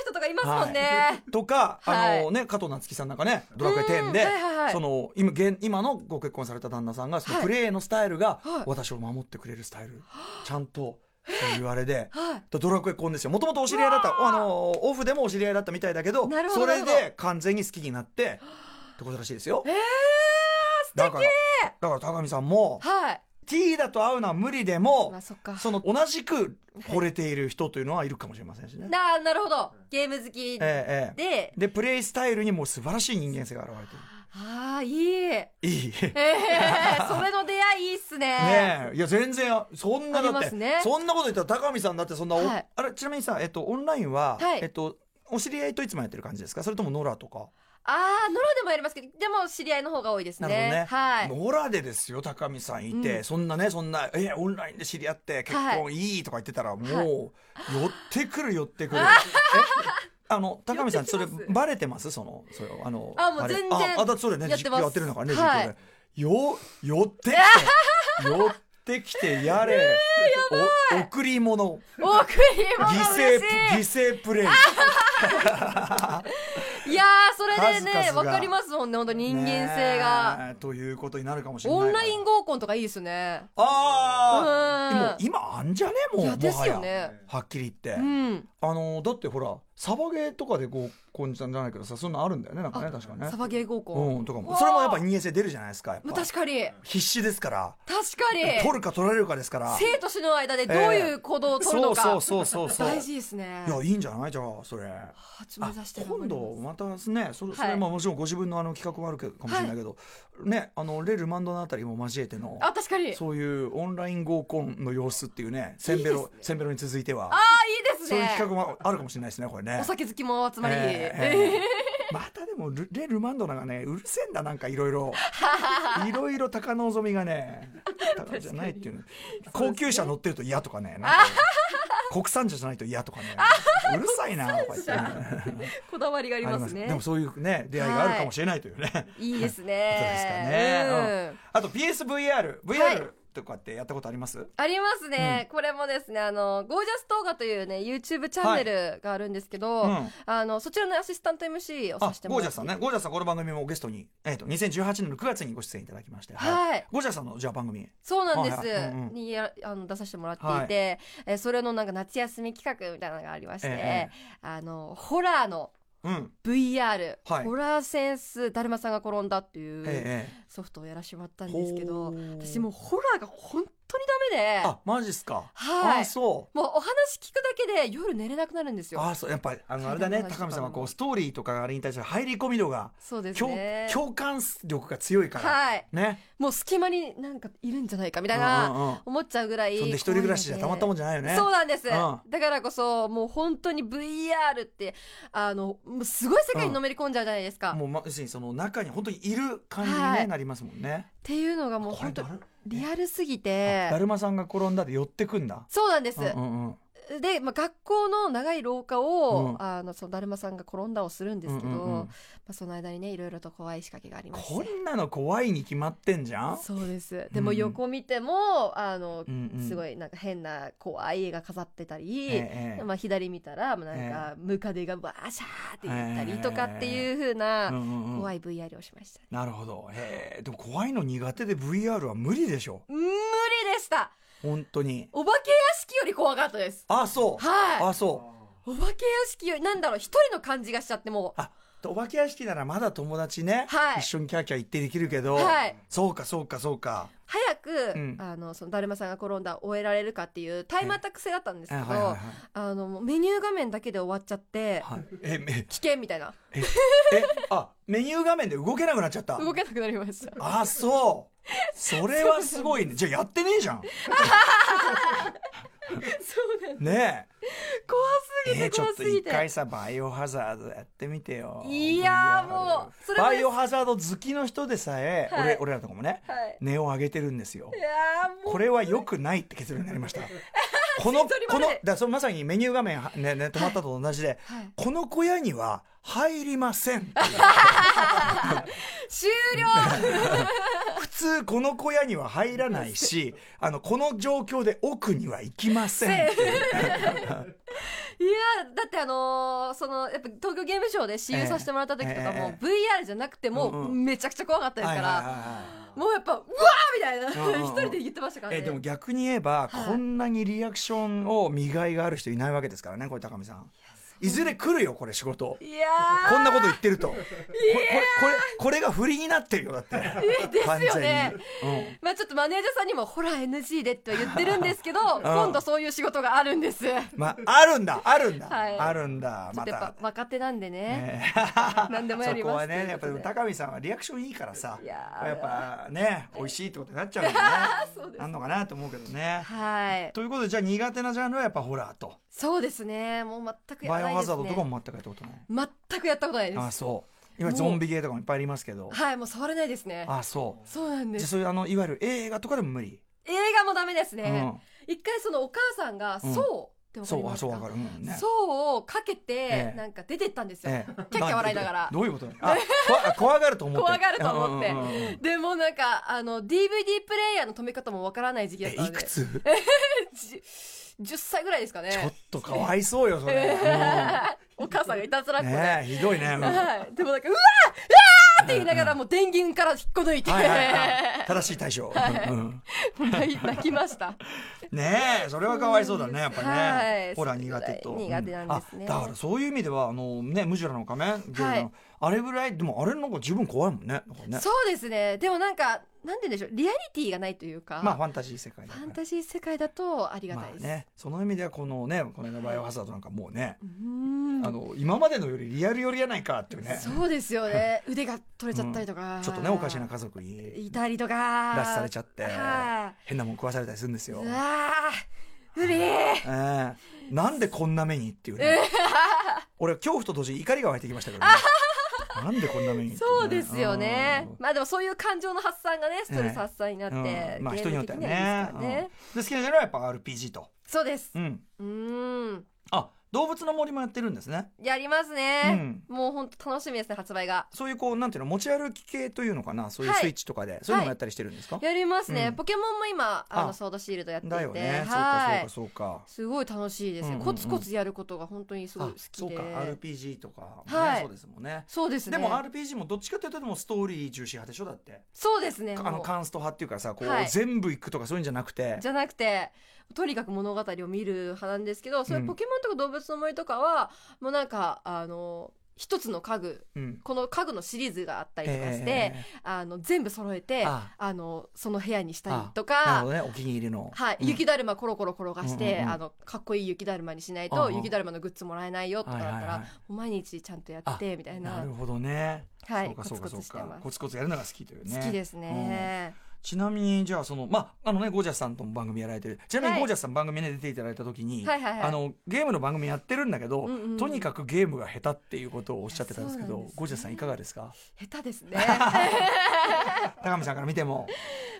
人とかいますもんね、
とか、
はい
あのね加藤夏樹さんなんかね「ドラクエ10で」
うんはいはいはい
その今現今のご結婚された旦那さんがその
はい
プレーのスタイルが
はい
私を守ってくれるスタイル、ちゃんとそう言われで。
はい
とドラクエ婚ですよもともとお知り合いだったあのオフでもお知り合いだったみたいだけど
なるほ
そ
ど
れ
なるほ
で完全に好きになってってことらしいですよ。
えー、素
だから
敵
だから高見さんも
はい、
T だと会うのは無理で
ま
も
あ、そっか
その同じく惚れている人というのはいるかもしれませんしね。
ななるほどゲーム好きで、
ええええ、でプレイスタイルにもう素晴らしい人間性が現れて
ああいいえ
る。いい。 ね
えそれの出会いいいっすね
えいや全然そんなだ
あり
っ
ま
て、
すね
そんなこと言ったら高見さんだってそんなお、
はい
あれちなみにさえっとオンラインは、
はい
えっとお知り合いといつもやってる感じですかそれともノラとか。
ああ、野良でもやりますけど、でも知り合いの方が多いですね。
なるほどね。
はい。
ノラでですよ、高見さんいて、
うん
そんなね、そんな、え、オンラインで知り合って、結婚いいとか言ってたら、もう、寄ってくる、寄って くる。えあの、高見さん、
寄
そ
って
れ
きます、
バレてますその、それ、あの、
あもう
れ
全然
あ、あだってそれね、
やって
実
ます
況やってるのからね、実
はい
況で。よ、寄ってき て、寄ってきてやれ。お贈り物、
お贈り物
犠牲
嬉
プ、
し
犠牲プレイ。
い。いやー、それでね
数、々
わ
が
かりますもんね、本当人間性が。
ねえ。ということになるかもしれない
オ
から。
ンライン合コンとかいいですね。
ああ、
うん
もう今あんじゃねもう
いや、ですよ
もはや
ね。
はっきり言って、
うん。
あのだってほらサバゲーとかでこうこんじゃんじゃないけどさそんなのあるんだよねなんかね確かね
サバゲー合コン。
うんとかも
わあ
それもやっぱ人間性出るじゃないですかやっ
まあ
ぱ
確かに、
必死ですから
確かに。
取るか取られるかですから
生と死の間でどういう行動を取るのか。
そうそうそうそうそう
大事ですね。
いやいいんじゃないじゃあそれ
あちょ
あ
っと目指して
今
頑張ります
度またねそれそれ
はい
まあもちろんご自分のあの企画もあるけどかもしれないけど、ねあのレルマンドのあたりも交えての
あ、確かに。
そういうオンライン合コンの様子っていうねせんべろ
いいです
せんべろに続いては
ああ、いいですね。
そういう企画もあるかもしれないですね、これね
お。酒好きも集まり。
えーえーまたでもルレ・ルマンドナがねうるせえんだなんかいろい ろいろいろ高望みがね高じゃないっていうね高級車乗ってると嫌とかねなん か国産車じゃないと嫌とかねうるさい なとか言ってね
こだわりがありますね。
でもそういうね出会いがあるかもしれないというね、
いいです
ことですかね、
ね。
う
うんん
あと PSVR VR、
はい
とかってやったことあります
ありますね、これもですね、あの、ゴージャス動画というね、YouTube チャンネルがあるんですけど、
はいうん
あの、そちらのアシスタント MC を
あ
させて
ゴ
も
ージャ
らっ
ス
て。
さんねゴージャスさんこの番組もゲストに、えー、と2018年の9月にご出演いただきまして、
はい
ゴージャスさんのじゃあ番組
そうなんです。
はいはいうんうん
にやあの出させてもらっていて、えそれのなんか夏休み企画みたいなのがありまして、
ええ
あの、ホラーの
うん、
VR、
はい
ホラーセンス、だるまさんが転んだってい
え
う、
えええ
ソフトをやらしてもらったんですけ
ほ
ど
う
私もうホラーが本当にダメで
あマジっすか、
はい
あそう
もうお話聞くだけで夜寝れなくなるんですよ
あそうやっぱりあのあれだね
はい
高見さんはこうストーリーとかあれに対して入り込み度が、
そうです
共
ね
共感力が強いから、
はい
ね
もう隙間になんかいるんじゃないかみたい
うんうんうん
な思っちゃうぐらい
そんで一人暮らしじゃたまったもん
じ
じゃないよね
そうなんです、
うん
だからこそもう本当に VR ってあのもうすごい世界にのめり込んじゃうじゃないですか、っ
もうま要するにその中に本当にいる感じに、ね
はい
なりますもんね
ていうのがもう
これ
本当
だる
リアルすぎ
あだ
て
るまさんが転んだで寄ってくんだ
そうなんです、
うんうんうん
で、まあ、学校の長い廊下
う
を、
ん
あのそのだるまさんが転んだをするんですけど、
うんうんうん
まあ、その間にねいろいろと怖い仕掛けがありまし
こ
て
んなの怖いに決まってんじゃん
そうです
う
で
ん
も横見てもあの
うんうん
すごいなんか変な怖い絵が飾ってたり、
ええ
まあ、左見たらもうなん
え
かムカデがバーシャーって言ったりとかっていうふうな
うんうんうん
怖い VR をしましたね、
なるほどへえでも怖いの苦手で VR は無理でしょ
無理でした
本当に
お化け屋敷より怖かったです
あそう
はい
あそう
お化け屋敷よりなんだろう一人の感じがしちゃってもう
あお化け屋敷ならまだ友達ね、
はい
一緒にキャーキャー行ってできるけど、
はい
そうかそうかそうか
早く、
うん
あのそのだるまさんが転んだ終えられるかっていうタイムアタック制だったんですけど、
はいはい
あのもうメニュー画面だけで終わっちゃって、
はいはいえ め
危険みたいな
えあメニュー画面で動けなくなっちゃった
動けなくなりました
あそうそれはすごいねじゃあやってねえじゃん
そうなん
ね
怖
え
すぎ
え
て
ーちょ
怖
っと
すぎ
一
て、
回さバイオハザードやってみてよ
いや
VR
ーもうそれも
バイオハザード好きの人でさえ、
はい
俺俺らとかもね
はい、
値を上げてるんですよ
いやーもう
これは良くないって結論になりま したこの
慎重に
こ
まで
のだからそのまさにメニュー画面はねね止まったと同じで、
はい
この小屋には入りませ ん
終了
普通この小屋には入らない しあのこの状況で奥には行きませ ん
いやーだってあのーそのやっぱ東京ゲームショウで私有させてもらった時とかも、
え
VR じゃなくても
うん
う
うん
めちゃくちゃ怖かったですから、
はいはいはいはい
もうやっぱうわーみたいな
うんうんうん
一人で言ってましたからね、
えでも逆に言えば、
はい
こんなにリアクションを磨いがある人いないわけですからねこれ高見さんいずれ来るよこれ仕事
いやー
こんなこと言ってるとこれこれこれが振りになってるよだって
ですよね
完全に
まあちょっとマネージャーさんにもほら NG でっては言ってるんで すけど今度そういう仕事があるんですちょ
う
っ
ん、まああるんだあるんだ、
はい
あるんだま
とやっぱ
た
若手なんでね
ね え
何でもや
そ
り
こ
ま
は
すとい
ね
う
やっ
こ
ぱ
と
で
で
も高見さんはリアクションいいからさ
いやー
やっぱね美味しいってことになっちゃうんだね
そうです
なんのかなと思うけどね
はい
ということでじゃあ苦手なジャンルはやっぱホラーと、
そうですねもう全くや
バ
ら
イオ
ない
ハ
です
ザードとか
ね
も全くやったことない
全くやったことないで
あ
す
そう今
もう
ゾンビゲーとかもいっぱいありますけど
はいもう触れないですね
あそう
そうなんで
じゃあ
す
そういうあのいわゆる映画とかでも無理、
映画もダメです
う
ね
ん
一回そのお母さんが「
うん
そう」ってわか
そ
り
う
ま
あ
す
そうわか
か
るうんね
そうをかけ
え
て
え
なんか出てったんですよ
ええ
キャッキャ笑いながら
どういうことあ怖あ怖がると思って
怖がると思って
うんうんうんうん
でもなんかあの DVD プレイヤーの止め方もわからない時期だっ
え
たの
い
で
くつ
じ10歳ぐらいですかね
ちょっとかわいそうよそれ、
お母さんがいたずらっ
うん
子で、
ねえひどいね、うん
はい、でもなんか「うわーうわー!」って言いながらもう電源から引っこ抜いて、
はいはいはい正しい対処、うん
泣い泣きました
ねえそれはかわいそうだねやっぱりね、
はい
ほら苦手と
それぐらい苦手なんですね
うんあだからそういう意味ではあのねムジュラの仮面ジョージの、
はい
あれぐらいでもあれなんか十分怖いもんねなんかね
そうですねでもなんかなんて言うんでしょうリアリティがないというか、
まあファンタジー世界だ
フ
から
ァンタジー世界だとありがた
ま
いで
あ
す、
ねその意味ではこのねこの間バイオハザードなんかもうね、
うーん
あの今までのよりリアルよりやないかっていうね
そうですよ ね腕が取れちゃったりとか、
ちょっとねおかしな家族に
いたりとか
拉致されちゃって
は
変なもん食わされたりするんです
い
よ
う、わーうりー
ええなんでこんな目にっていう ね俺は恐怖と同時に怒りが湧いてきましたけど、ね、なんでこんな目にっていね
そうですよね
うん。
まあでもそういう感情の発散がね、ストレス発散になって、
うんまあ
ゲ
人
ー
によ
ム
って
的
は
にはい
ね
いですからね。
うんで好きなジャンルはやっぱ RPG と
そうです。
うん
うーん。
あ動物の森もやってるんですね
やりますね。もう本当楽しみですね、発売が。
そういうこうなんていうの持ち歩き系というのかなそういう
はい
スイッチとかで、そういうのもやったりしてるんですか、
やります
う
ね。
ん
ポケモンも今、あ
あ
の、ソードシールドやっていて。
だよね、
はい。
そうかそうか
すごい楽しいです
うん
ね。
うんうん
コツコツやることが本当にす
そうか
ごい好きで。
あそうか RPG とかもね、
はい
そうですもんね
そうです
で
ね。
も RPG もどっちかというとでもストーリー重視派でしょだって
そうですね。
あの
もう
カンスト派っていうかさこう、
はい
全部いくとかそういうんじゃなくて
じゃなくてとにかく物語を見る派なんですけどそういううんポケモンとか動物の森とかは、もうなんかあの一つの家具
うん
この家具のシリーズがあったりとかして、
え
あの全部揃え
え
てあ
あ
のその部屋にしたりと
なるほ
か、
どねお気に入りの
はい
うん
雪だるまコロコロ転がし
うん
て、
うんうん
あのかっこいい雪だるまにしない
うんう
と
ん
雪だるまのグッズもらえないよとかだった
はいはいはい
らもう毎日ちゃんとやってみたい
な
な
るほどね、
は
そう
い
か
コ
そ
ツ
うか
コ
そう
ツして
か
ます。
コツコツやるのが好きというね
好きですね。
ちなみにじゃあそのまああのねゴージャスさんとも番組やられてるちなみ
は
に
い
ゴージャスさん番組に出ていただいた時に、
はいはいはい
あのゲームの番組やってるんだけど、
うんうんうん
とにかくゲームが下手っていうことをおっしゃってたんですけ
そう
ど
なんですね
ゴージャスさんいかがですか
下 手ですね。
高見さんから見ても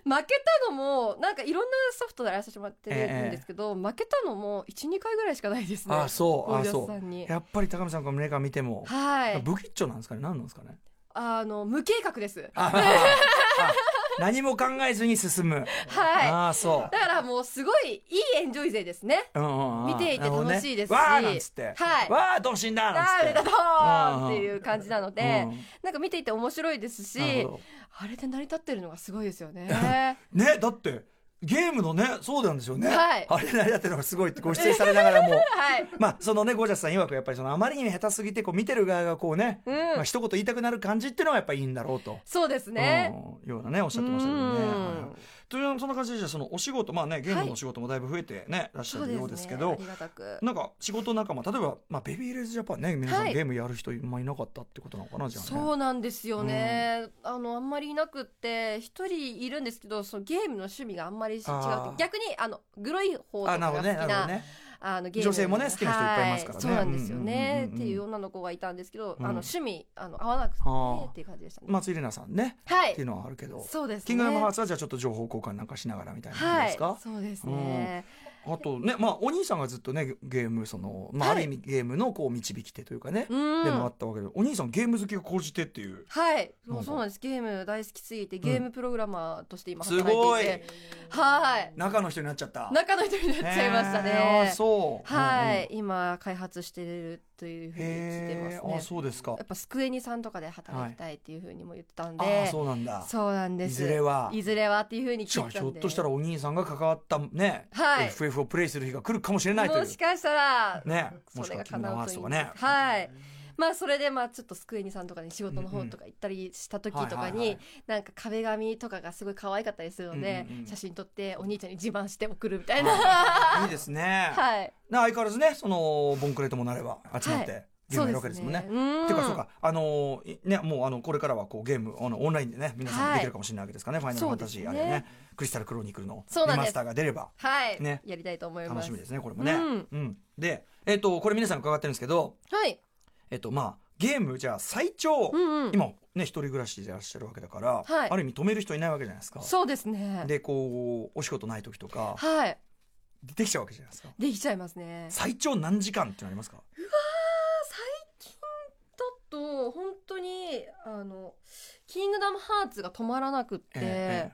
負けたのもなんかいろんなソフトでやらせてもらってるんですけど、負けたのも12回ぐらいしかないですね
あそう
ゴ
あ
ージャス
そ
さん
う
に
やっぱり高見さんから目から見ても、
はい
不吉兆なんですかね何なんですか ね
あの無計画ですは
ああ何も考えずに進む、
い
ああそう
だからもうすごいいいエンジョイ勢ですね
うんうんうん
見ていて楽しいですし
なるほどねわあなんつって、
はい
わあどうも死んだなん
ダ
つっ
メ
て
だドーンっていう感じなので、
うん
なんか見ていて面白いですし
なるほど
あれで成り立ってるのがすごいですよね
ねだってゲームのね、そうなんですよね。
はい
あれ、成り立ってるのがすごいってご指摘されながらも。
はい
まあ、そのね、ゴージャスさん曰く、やっぱりそのあまりにも下手すぎて、こう見てる側がこうね、
うん
まあ一言言いたくなる感じっていうのはやっぱいいんだろうと。
そうですね。
うん、ようなねおっしゃってましたけどね。
うん
はいというそんな感じでじゃあそのお仕事まあねゲームのお仕事もだいぶ増えてね、らっしゃるようですけ
ね
ど
ありがたく。
なんか仕事仲間例えば、まあ、ベビーレーズジャパンね皆さん、
はい
ゲームやる人今いなかったってことなのかなじゃあね。
そうなんですよね、あのあんまりいなくって一人いるんですけどそのゲームの趣味があんまり違うって
あー
逆にあのグロい方とか
あな
が
るほ
好き
どねな
な
るほどね。
あのゲーム
女性もね好きな人いっぱいいますからね
はそうなんですよ
うん
ね、
うんうんうん
っていう女の子がいたんですけど、
うん
あの趣味あの合わなくて
あー
っていう感じでしたね、
松井玲奈さんね
はい
っていうのはあるけど、
そうですね
キングダムハーツはじゃあちょっと情報交換なんかしながらみたいな感じ
は
ですか、
いそうですね、
あとね、まあ、お兄さんがずっとねゲームその、まあ、
は
あ
い
る意味ゲームのこう導き手というかね、
うん
でもあったわけでお兄さんゲーム好きが高じてっていう。
はい、
なん
も
か
うそうなんです。ゲーム大好きすぎて、ゲームプログラマーとして今
す
働いてい
ごい
て、はい、
中の人になっちゃった。
中の人になっちゃいましたね。
へーあそう。
はい、
うんうん。
今開発してるというふうに聞いてま
へ
す
え、あ、
ね。
そうですか
やっ。ぱスクエニさんとかで働きたいっていうふうにも言ってたんで、
あ、そうなんだ。
そうなんで
い
す。
ずれはい
ずれはっていうふうに
じ
聞
ゃ
い
あ
て
ひ
た
ょ
ん
っ
で。
としたらお兄さんが関わったね、
はい
FF をプレイする日が来るかもしれないとい
も
う。
しかしたら、
ね、もし
そ
く
れ
は
が
キング
叶
ダムハ
う
ー
とい
ツ
い
と
ん
か
です
ね。
はい。まあそれでまあちょっとスクエニさんとかに仕事の
うんう
方
ん
とか行ったりした時と
は
か
いはいはい
になんか壁紙とかがすごい可愛かったりするので
うんうんうん
写真撮ってお兄ちゃんに自慢して送るみたいな
いいですね。
はい
な相変わらずね、そのボンクレともなれば集まっ
は
てゲームやるわけですもんね。
うん
ていうかそうかあのいねもうあのこれからはこうゲームあのオンラインでね皆さんもできるかもしれないわけですからね、ファイナルファンタジー、
そ
あ
う
れ
ですね
ねクリスタルクロニクルの
そうなん
リ
です
マスターが出れば
はい
ね
やりたいと思います
楽しみですねこれもね、う
うんん
でえっ、とこれ皆さん伺ってるんですけど
はい
えっ、とまあゲームじゃあ最長、
うんうん
今ね一人暮らしでいらっしゃるわけだから、
はい
ある意味止める人いないわけじゃないですか
そうですね
でこうお仕事ない時とか
はい
出てきちゃうわけじゃないですか
できちゃいますね
最長何時間ってなりますか
だと本当にあの「キングダムハーツ」が止まらなくって、
え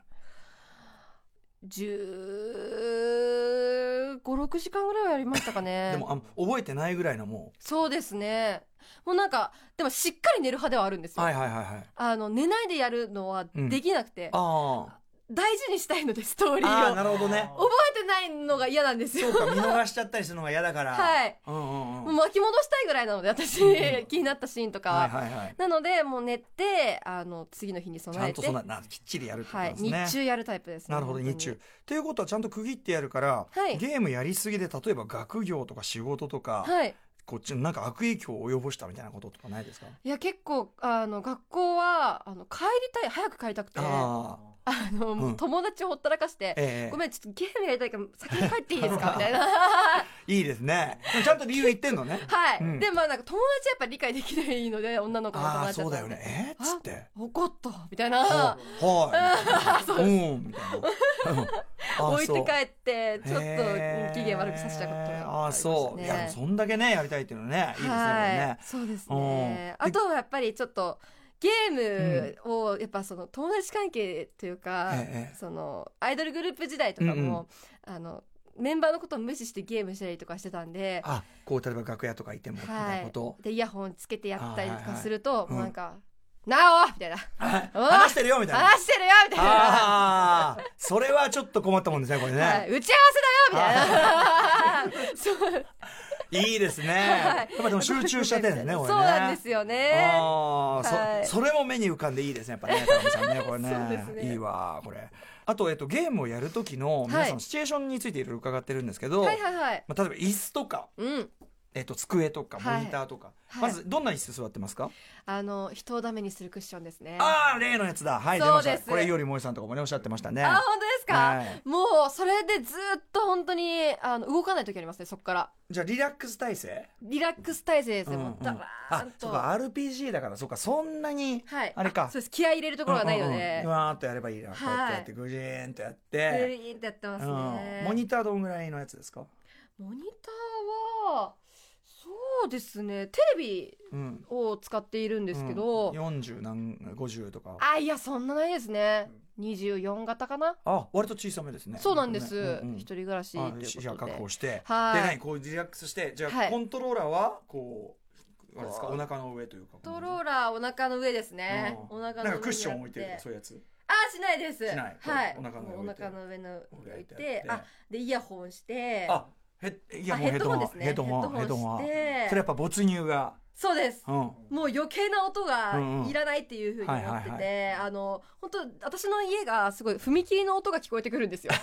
1 5 6時間ぐらいはやりましたか
え
ね
でもあ覚えてないぐらいのも
そうですねもうなんかでもしっかり寝る派ではあるんです
う
よ、
はいはいはいはい
あの寝ないでやるのはできなくて、
ああ
大事にしたいのでストーリー
ああ
を
な
覚
るほどね
えてないのが嫌なんです
そ
よ
うか見逃しちゃったりするのが嫌だから
はい
うんうんう
もうん巻き戻したいぐらいなので私
うん
気になったシーンとかは
はいはいはい
なのでもう寝てあの次の日に
ち
備
ゃ
え
んと
て
そんななきっちりやるってこと
は、
ないんですね、
日中やるタイプです、ね、
なるほど
本当に
日中ということはちゃんと区切ってやるから、
はい
ゲームやりすぎで例えば学業とか仕事とか、
はい
こっちのなんか悪影響を及ぼしたみたいなこととかないですか、
いや結構あの学校はあの帰りたい早く帰りたくてあ
ああ
の、もう
うん
友達をほったらかして、
え
ごめんちょっとゲームやりたいから先に帰ってい いですかみたいな
えいいですねでもちゃんと理由言ってん のね
はい、
うん
でまあなんか友達やっぱ理解できないので女の子の友
ああ
達
そう
った
だよ
んで
ねえっつって
怒ったみたいな
はいうんみたいなうん
置いて帰
っ
ってちょっと機嫌悪くさせちゃうことがりましたね
ああそういやでもそんだけねやりたいっていうのねいいですねこれね
はい、そうですね。
うん
あとはやっぱりちょっとゲームをやっぱその友達関係というか、
ええ
そのアイドルグループ時代とかも、あのメンバーのことを無視してゲームしたりとかしてたんで、
あこう例えば楽屋とかいてもみたいな
は
こと
い。でイヤホンつけてやったりとかすると、
いはい
もうなんか、なおみたいな、
はい
うん
話してるよみたいな
話してるよみたいな。
ああそれはちょっと困ったもんですねこれね、
はい、打ち合わせだよみたい な。そう
い、いですね、
はい
やっぱでも集中しちゃってるん ですねこれね
そうなんですよね。
あーそ
はい
それも目に浮かんでいいですねやっぱね高見さん ねこれ
そうで
ね
すね
いいわこれあと、えっと、ゲームをやる時の皆さん
は
の
い
シチュエーションについていろいろ伺ってるんですけど、
はいはいはい。
まあ、例えば椅子とか、
うん。
えっと、机とか
はい
モニターとか、
はい
まずどんな椅子座ってますか、
あの人をダメにするクッションですね。
ああ例のやつだはい出
そ
ま
う
し
です
たこれ伊織萌さんとかもねおっしゃってましたね
あ、本当ですか、
はい
もう、それでずっと本当に、あの、動かない時ありますね、そこから。
じゃあリラックス体制
リラックス体制ですね、
うんう
も
ん
う、ダラ
あ
ーンと。
そうか RPG だからそうかそんなに
はい。
あれか
そうです、気合い入れるところがないの
うん
で
うんうんう。わーっとやればいいなこうやってやって
は
グジーンとやっ
ぐ
て、
りーんってやってま
う
す
ん
ね。
モニターどんぐらいのやつですか、
モニターは、そうですね、テレビ
うん、
を使っているんですけど、
うん40何50とか
あ、いや、そんなないですね。24型かな
あ割と小さめですね
そうなんです。
うんうん
一人暮らしという
あ
ことで。
じゃあ確保して、
はい
で何こうリラックスしてじゃあ、
はい
コントローラーはこうあれですか
こ
お
う
腹の上というか
コントローラーお腹の上ですね。
うん
お腹の上に
なんかクッション置いてる
やって
そういうやつ
あーしないです
しない
はい
お腹の上
もうお腹の上の置い
置い
て
てあっ
あ
て
でイヤホンして
あヘッいや
あ
もうヘッドホン
ヘッドホンですね
ヘッドホンヘ
ヘ
ッ
ッ
ド
ド
ホン
ホン
は
し
そ
て
れやっぱ没入が
そうです
うん
もう余計な音
うんう
が
ん
いらないっていうふうに思ってて、
はいは
あの本当私の家がすごい踏切の音が聞こえてくるんですよ。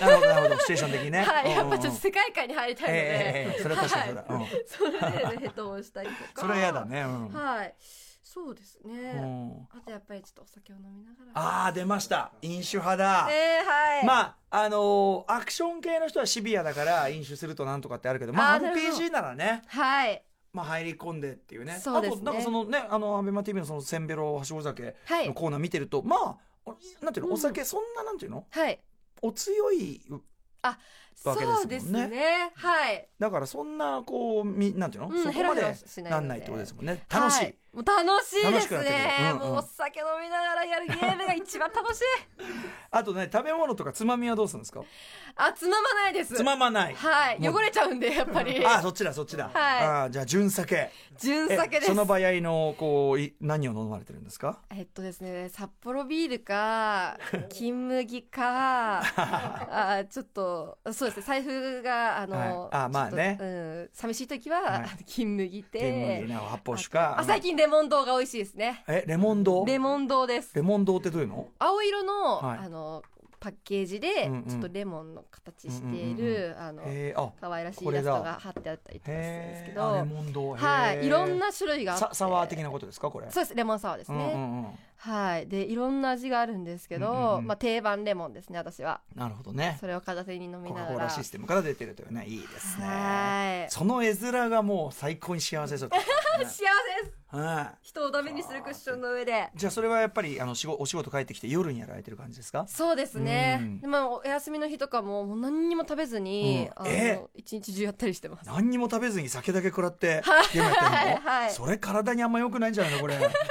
なるほどなるほどシチュエーション的にね
はい、
うんうん
やっぱちょっと世界観に入りたいので、
ええええええそれは確かにそうだうん
それでヘッドホンしたりとか
それは嫌だ、ね
はいそうです
う
ね、
んうん
あとやっぱりちょっとお酒を飲みながら
ああ出ました飲酒派だ
えー、はい、あ
まああのーアクション系の人はシビアだから飲酒するとなんとかってあるけどまあ
あーなるほど
RPG ならね
はい
まあ入り込んでっていうね
そうですね
あとなんかそのねあのアベマ t v のそのせんべろはしご酒
はい
のコーナー見てると、まあおなんていうの
うん
お酒そんななんていうの
はい
お強いわけですもんね
そうですねはい、
だからそんなこうみなんていうの、
うん
そこま
ヘラヘ
で
ラしないので
なんないってことですもんね楽しい、
はいもう楽しいで
楽しくなってくる
すね、
うんうん
もうお酒飲みながらやるゲームが一番楽しい
あとね食べ物とかつまみはどうするんですか
あつままないです
つままない、
はい、
もう
汚れちゃうんでやっぱ り
ああそっちだそっちだ、
はい
ああじゃあ純酒
純酒で
えそ
す
の場合のこうい何を飲まれてるんですか
えっとですね札幌ビール か金麦かあちょっとそうですね財布があの、
はいあまあね
ちょっとうん、寂しい時は、
はい
あの金麦で
天麦な発泡酒か
あ最近レモン堂が美味しいですね
えレモン堂
レモン堂です
レモン堂ってどういうの
青色の,、
はい
あのパッケージ
う
で、
んうん
ちょっとレモンの形している、あの
えー、あ
可愛らしい
こ
イ
れ
ラ
だ
ストが貼ってあったりとかするんですけ
へえレ
ど
モン堂へー
はいいろんな種類があって
さサワー的なことですかこれ
そうですレモンサワーですね、
うんうんうん
はい、でいろんな味があるんですけど、
うんうんうん
まあ、定番レモンですね私は
なるほどね
それを片手に飲み
コカ・
な
コ
が
ー
ら
ラシステムから出てるというねいいですね
はい
その絵面がもう最高に幸 せそうだね、
幸せです
はい
人をダメにするクッションの上で
じゃあそれはやっぱりあの仕事お仕事帰ってきて夜にやられてる感じですか
そうですね、
うん
でまあ、お休みの日とかももう何にも食べずに、
うん
あ
え
の一日中やったりしてます
何にも食べずに酒だけ食らってゲームやってるの、
はいはい
それ体にあんま良くないんじゃないのこれは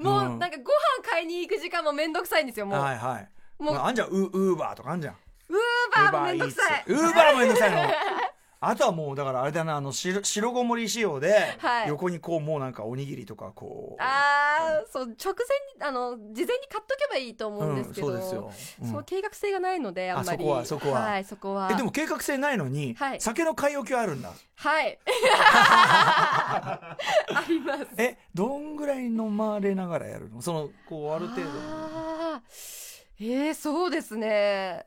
もう
うん
なんかご飯買いに行く時間もめんどくさいんですよもう、
いはい
もう
まあ、あんじゃんウウーバーとかあんじゃん
ウーバーもめんどくさい
ウーバーもめんどくさい のあとはもうだからあれだなあの白白ごもり仕様で、
はい
横にこうもうなんかおにぎりとかこう
あーそう直前にあの事前に買っとけばいいと思うんですけど、
うん、そうですよ、うん
そう計画性がないのであんま
あ
り
そこはそこはい
そこは
えでも計画性ないのに、
はい
酒の買い置きはあるんだ
はいあります
えどんぐらい飲まれながらやるのそのこうある程度
あーえー、そうですね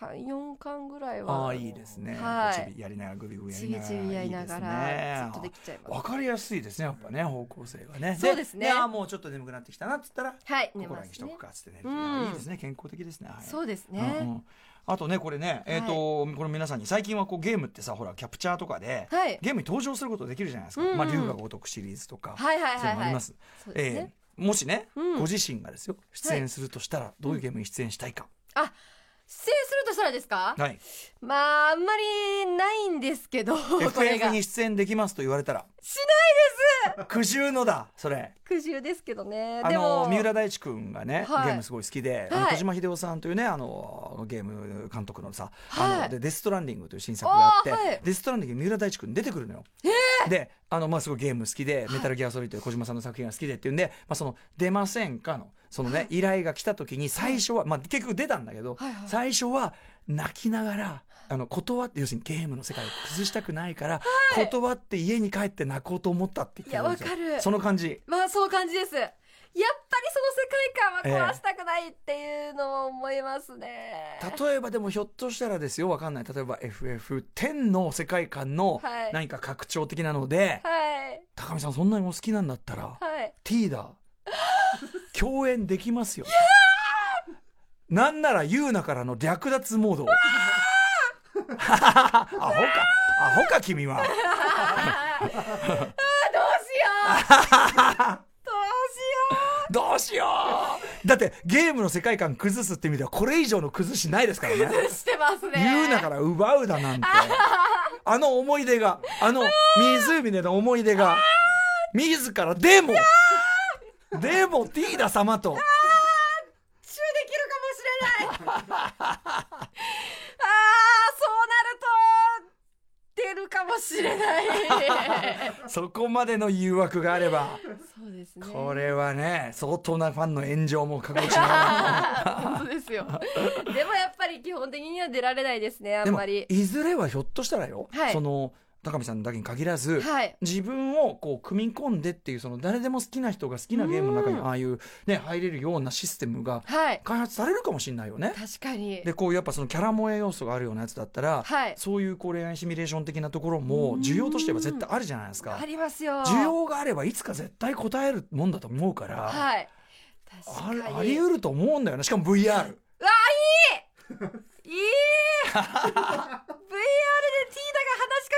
34巻ぐらい
あ
は
あーいいですね、
はい
こうちびやりながらグビグビや
ち
りな
び
がら
ちびやりながら
いい
ずっ
で
と
すね
できちゃいます
わかりやすいですねやっぱね方向性がね
そうですね
ああもうちょっと眠くなってきたなっつったらこ
はい寝
こ
ま
らにし
す
と
ね
くかっつってね、
うん
い、いですね健康的ですねはい
そうですね、
うんうんあとねこれねえっ、と、これ皆さんに最近はこうゲームってさほらキャプチャーとかで、
はい
ゲームに登場することできるじゃないですか、
うんうん
まあ龍が如くシリーズとか、
はいはい
そう
は
いう
い
のあ
はい
ります、
そうですね、
えーもしね、
うん
ご自身がですよ出演するとしたら、どういうゲームに出演したいか、
あ出演するとしたらですか
はい
まああんまりないんですけど これ
FF
が
に出演できますと言われたら
しないです
苦渋のだそれ
苦渋ですけどね
あ
で
の
も
三浦大知君がね、
はい
ゲームすごい好きで、あの
はい
小島秀夫さんというねあのゲーム監督のさ、あ
は
の
い
でデス・トランディングという新作があって、
あーはい
デス・トランディングに三浦大知君出てくるのよ。であの、まあ、すごいゲーム好きで、メタルギアソリッドという小島さんの作品が好きでっていうんで、まあ、その出ませんかのその、ね、依頼が来た時に最初は、まあ、結局出たんだけど、
はいはい
最初は泣きながら。あの断って要するにゲームの世界を崩したくないから、断って家に帰って泣こうと思ったって言ってんですよ
いやわかる
その感じ
まあそう感じですやっぱりその世界観は壊したくないっていうのを思いますね、
例えばでもひょっとしたらですよわかんない例えば FF10 の世界観の
はい
何か拡張的なので、
はい
高見さんそんなにお好きなんだったら、
はい
ティー ダー共演できますよなんならユーナからの略奪モード アホかアホか君は
あどうしようどうしよ
どうしようだってゲームの世界観崩すって意味ではこれ以上の崩しないですからね
うしてますね
言うなから奪うだなんて。あの思い出が、あの湖での思い出が、自らでも、でもティーダ様と、
集できるかもしれないあ あそうなると出るかもししれない
そこまでの誘惑があれば、
そうですね
これはね、相当なファンの炎上も覚悟しなが ら。
本当ですよでもやっぱり基本的には出られないですねあ
で
ん
も
まり
いずれはひょっとしたらよ、
はい
その高見さんだけに限らず、
はい
自分をこう組み込んでっていうその誰でも好きな人が好きなゲームの中に
うん
ああいう、ね、入れるようなシステムが
はい
開発されるかもしれないよね。
確かに
でこうやっぱそのキャラ萌え要素があるようなやつだったら、
はい
そういうこう恋愛シミュレーション的なところも需要としては絶対あるじゃないですか
あ。りますよ
需要があればいつか絶対答えるもんだと思うから、
はい確
あ
かに
るあり得ると思うんだよねしかも VR
いい VR で T だが話しか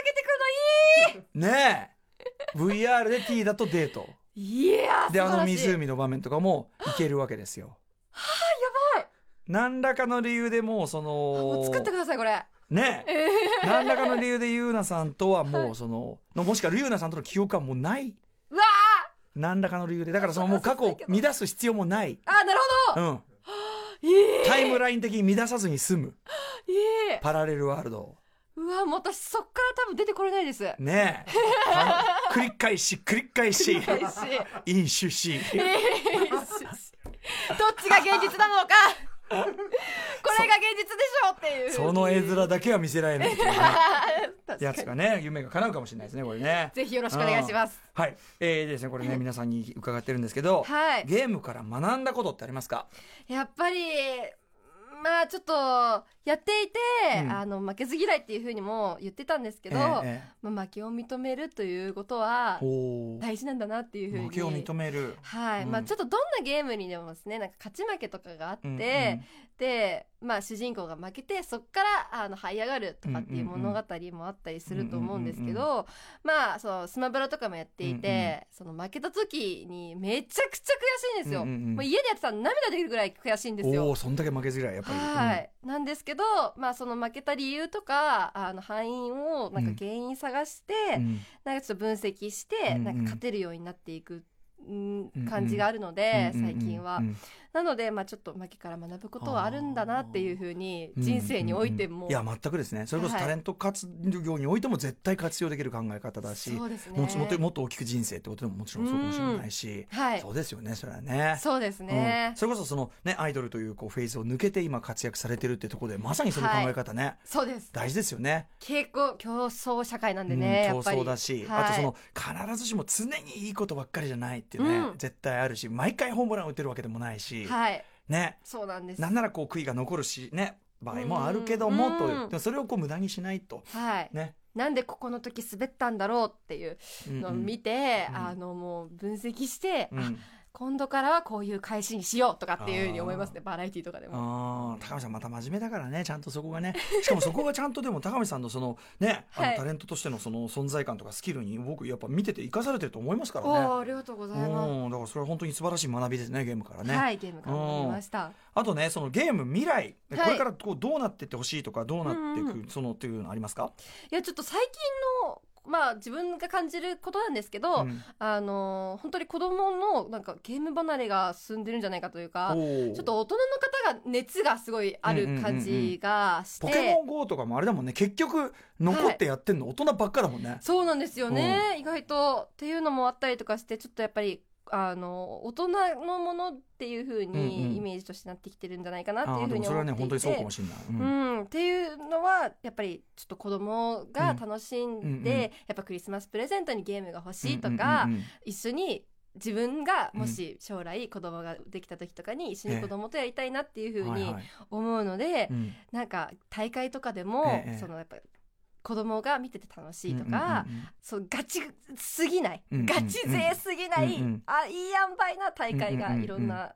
けてくる
ねえ VR で T だとデート。
のいいいやー
で
素
あ
晴
の
らしい
湖の場面とかもいけるわけですよ。はあ
やばい
何らかの理由でもうそ
あも
の
う作ってくださいこれ
ね
え
何らかの理由でゆうなさんとはもうその、のもしくはゆうなさんとの記憶はもうないう
わ
何らかの理由でだからそのもう過去を乱す必要もない、
ーあなるほ
う
ど
ん、
いい
タイムライン的に乱さずに済む
いい
パラレルワールドを
うわもう私そっから多分出てこれないです嬉
ねえかん 繰り返し繰り返し
しい
飲酒し
えーどっちが現実なのかこれが現実でしょうっていう
その絵面だけは見せられないっていうね
確
や
か
つ
に
がね夢が叶うかもしれないですねこれね。
ぜひよろしくお願いします
はい、えー、ですね、これね、皆さんに伺ってるんですけど、
はい
ゲームから学んだことってありますか。
やっぱりまあちょっとやっていて、
うん
あの負けず嫌いっていうふうにも言ってたんですけど、
え
まあ、負けを認めるということは
えおー
大事なんだなっていうふうに
負けを認める。
はい、まあ
うん
ちょっとどんなゲームにでもですねなんか勝ち負けとかがあっ
う
て、
ん
で、まあ、主人公が負けてそこからあの這い上がるとかっていう
うんうんう
物
ん
語もあったりすると思うんですけ
うん
どまあそうスマブラとかもやっていて、その負けた時にめちゃくちゃ悔しいんですよ、
うんうんうん
もう家でやってたら涙出るぐらい悔しいんです
お
よ
おー、そんだけ負けず嫌い、やっぱり。
はい、なんですけど、まあ、その負けた理由とかあの敗因をなんか原因探して、
うんうん
なんかちょっと分析して、
うんうん
なんか勝てるようになっていくうん
うん
感じがあるので、
うんうんうん
最近は
う。ん
なので、まあ、ちょっと負けから学ぶことはあるんだなっていうふうに
うん
人生においても、
うんいや全くですねそれこそ
はい
タレント活業においても絶対活用できる考え方だし、
そうですね
もちもっともっと大きく人生ってことでももちろんそうかもしれないし、
はい
そうですよねそれはね
そうですね
うん、、それこそそのねアイドルというこうフェーズを抜けて今活躍されてるってところでまさにその考え方ね、
そうです
大事ですよね
傾向競争社会なんでね、
うん
や
競
っぱり
争だし、
はい
あとその必ずしも常にいいことばっかりじゃないってね、
うん
絶対あるし毎回ホームラン打てるわけでもないし、
はい
ね
そうなんです
なんならこう悔いが残るしね場合もあるけども
うん
と
う
い
ん
うでもそれをこう無駄にしないと
はい、
ね、
なんでここの時滑ったんだろうっていう
うんうん
のを見て、
うん
あのもう分析して、
うん
あ今度からはこういう返しにしようとかっていうふうに思いますねバラエティーとかでも
あー高見さんまた真面目だからねちゃんとそこがね しかもそこがちゃんとでも高見さんのそのねあ
は
の
い
タレントとしてのその存在感とかスキルに僕やっぱ見てて生かされてると思いますからね。
おーありがとうございます、
うんだからそれは本当に素晴らしい学びですねゲームからね。
はいゲームから学びました、
あとねそのゲーム未来、
はい
これからこうどうなってってほしいとかどうなっていく、
うん
そのっていうのありますか、
いやちょっと最近のまあ自分が感じることなんですけど、
うん
あの本当に子供のなんかゲーム離れが進んでるんじゃないかというか
おー
ちょっと大人の方が熱がすごいある感じがして、
ポケモン GO とかもあれだもんね結局残ってやってんの、大人ばっかだもんね。
そうなんですよね、意外とっていうのもあったりとかしてちょっとやっぱりあの大人のものっていう風
うんうん
にイメージとしてなってきてるんじゃないかなって
あ
いう
ー
風
で
に
も
思っていて、
それはね本当にそうかもしれない。うん
うん、っていうのはやっぱりちょっと子供が楽しん
う
で、
んうんうん
やっぱクリスマスプレゼントにゲームが欲しいとか、
うんうんうん
一緒に自分がもし将来子供ができた時とかに一緒に子供とやりたいなっていうふう
はい
に
はい
思うので、
うん
なんか大会とかでも、
ええ
そのやっぱ子供が見てて楽しいとか、
うんうんうん
そうガチすぎない、
うんうんうん
ガチ勢すぎない、
うんうん
あいい塩梅な大
う
会
んうん
が
うんうん
いろんな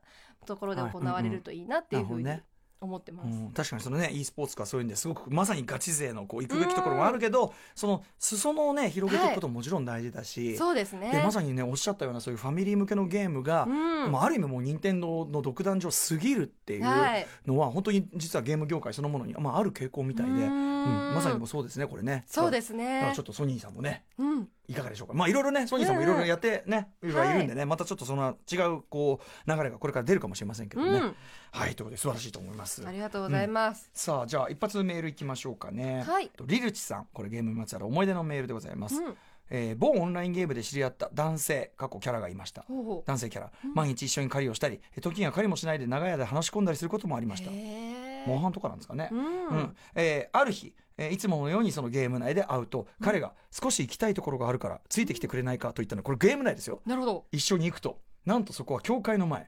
ところで行われるといいなっていうふうに
なる
思ってま
う
す。
ん確かにそのね e スポーツとかそういうんですごくまさにガチ勢のこう行くべきところもあるけど、その裾野をね広げていくことももちろん大事だし、
そうですね
でまさにねおっしゃったようなそういうファミリー向けのゲームが、
うん
まあ、ある意味もう任天堂の独壇場すぎるっていう
はい、
のは本当に実はゲーム業界そのものに、まあ、ある傾向みたいで、
うー
うん
ん
まさにもうそうですねこれね
そうですす
だから
ね
ちょっとソニーさんもね
うん
いかがでしょうかまあいろいろねソニーさんもいろいろやってね、
ん
いろいろいるんでね、またちょっとその違うこう流れがこれから出るかもしれませんけどね、
うん
はいということで素晴らしいと思います
ありがとうございます、
さあじゃあ一発メールいきましょうかね、
はい
とリルチさんこれゲームにまつわる思い出のメールでございます、
うん
えー某オンラインゲームで知り合った男性過去キャラがいました
ほうほう
男性キャラ、毎日一緒に狩りをしたりえ時には狩りもしないで長屋で話し込んだりすることもありました
へ
モン
ー
ハンとかなんですかね、
うん
うんえーある日、えーいつものようにそのゲーム内で会うと彼が少し行きたいところがあるからついてきてくれないかと言ったのこれゲーム内ですよ
なるほど
一緒に行くとなんとそこは教会の前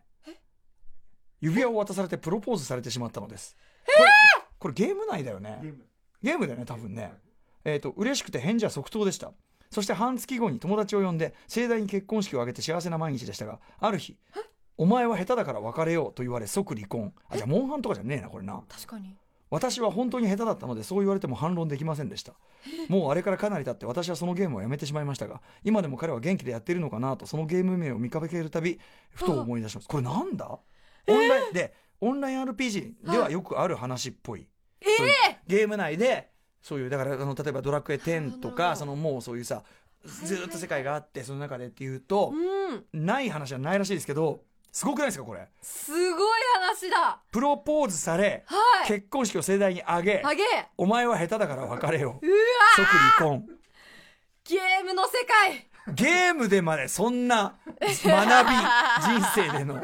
指輪を渡されてプロポーズされてしまったのですこれこれゲーム内だよねゲームだよね多分ねえっ、と嬉しくて返事は即答でしたそして半月後に友達を呼んで盛大に結婚式を挙げて幸せな毎日でしたがある日お前は下手だから別れようと言われ即離婚あじゃあモンハンとかじゃねえなこれな
確かに
私は本当に下手だったのでそう言われても反論できませんでしたもうあれからかなり経って私はそのゲームをやめてしまいましたが今でも彼は元気でやっているのかなとそのゲーム名を見かけるたびふと思い出しますこれなんだオンラインで、オンライン RPG ではよくある話っぽい、そういうゲーム内でそういうだからあの例えば「ドラクエ10」と
なるほど
かそのもうそういうさずーっと世界があってその中でっていうと、
うん
ない話はないらしいですけどすごくないですかこれ
すごい話だ
プロポーズされ、
はい
結婚式を盛大に挙げ
ハゲ
お前は下手だから別れよ
うわ
即離婚
ゲームの世界
ゲームでまでそんな学び人生での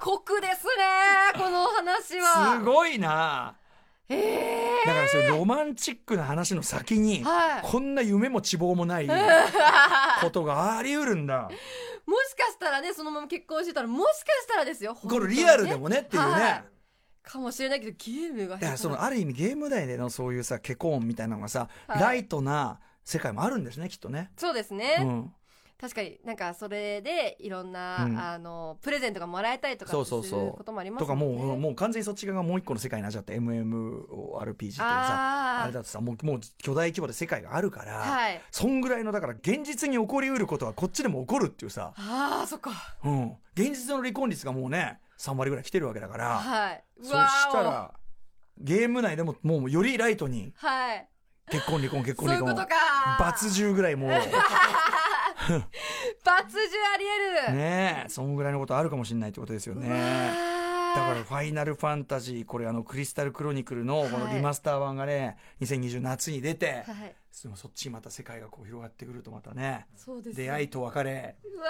酷ですねこの話は
すごいな
え
だからそれロマンチックな話の先に、
はい
こんな夢も希望もないことがあり得るんだ
ー、もしかしたらねそのまま結婚してたらもしかしたらですよ
これリアルでもねっていうね、
はいかもしれないけどゲームが
だからそのある意味ゲーム内でのそういうさケコーンみたいなのがさ、
はい
ライトな世界もあるんですねきっとね。
そうですね、
うん、
確かになんかそれでいろんな、
うん
あのプレゼントがもらえたりとか
そうそう
す
そう
ることもありま
と
す
かもう
ね
もう完全にそっち側がもう一個の世界になっちゃって MMORPG っていうさあ
あ
れ
ー
だとさもうもう巨大規模で世界があるから、
はい
そんぐらいのだから現実に起こりうることはこっちでも起こるっていうさ、
あーそっか
うん、現実の離婚率がもうね3割ぐらい来てるわけだから、
はい
そう
わー
したらゲーム内でももうよりライトに
はい
結婚離婚結
そ
婚
ういう
離
こ
婚
とか
罰10ぐらい もう
罰十ありえる、
ねえそんぐらいのことあるかもしれないってことですよね。だからら「ファイナルファンタジー」これあのクリスタルクロニクルのこの
はい
リマスター版がね2020夏に出て、
はい
でもそっちにまた世界がこう広がってくるとまたね
そうですね
出会いと別れ、
うわー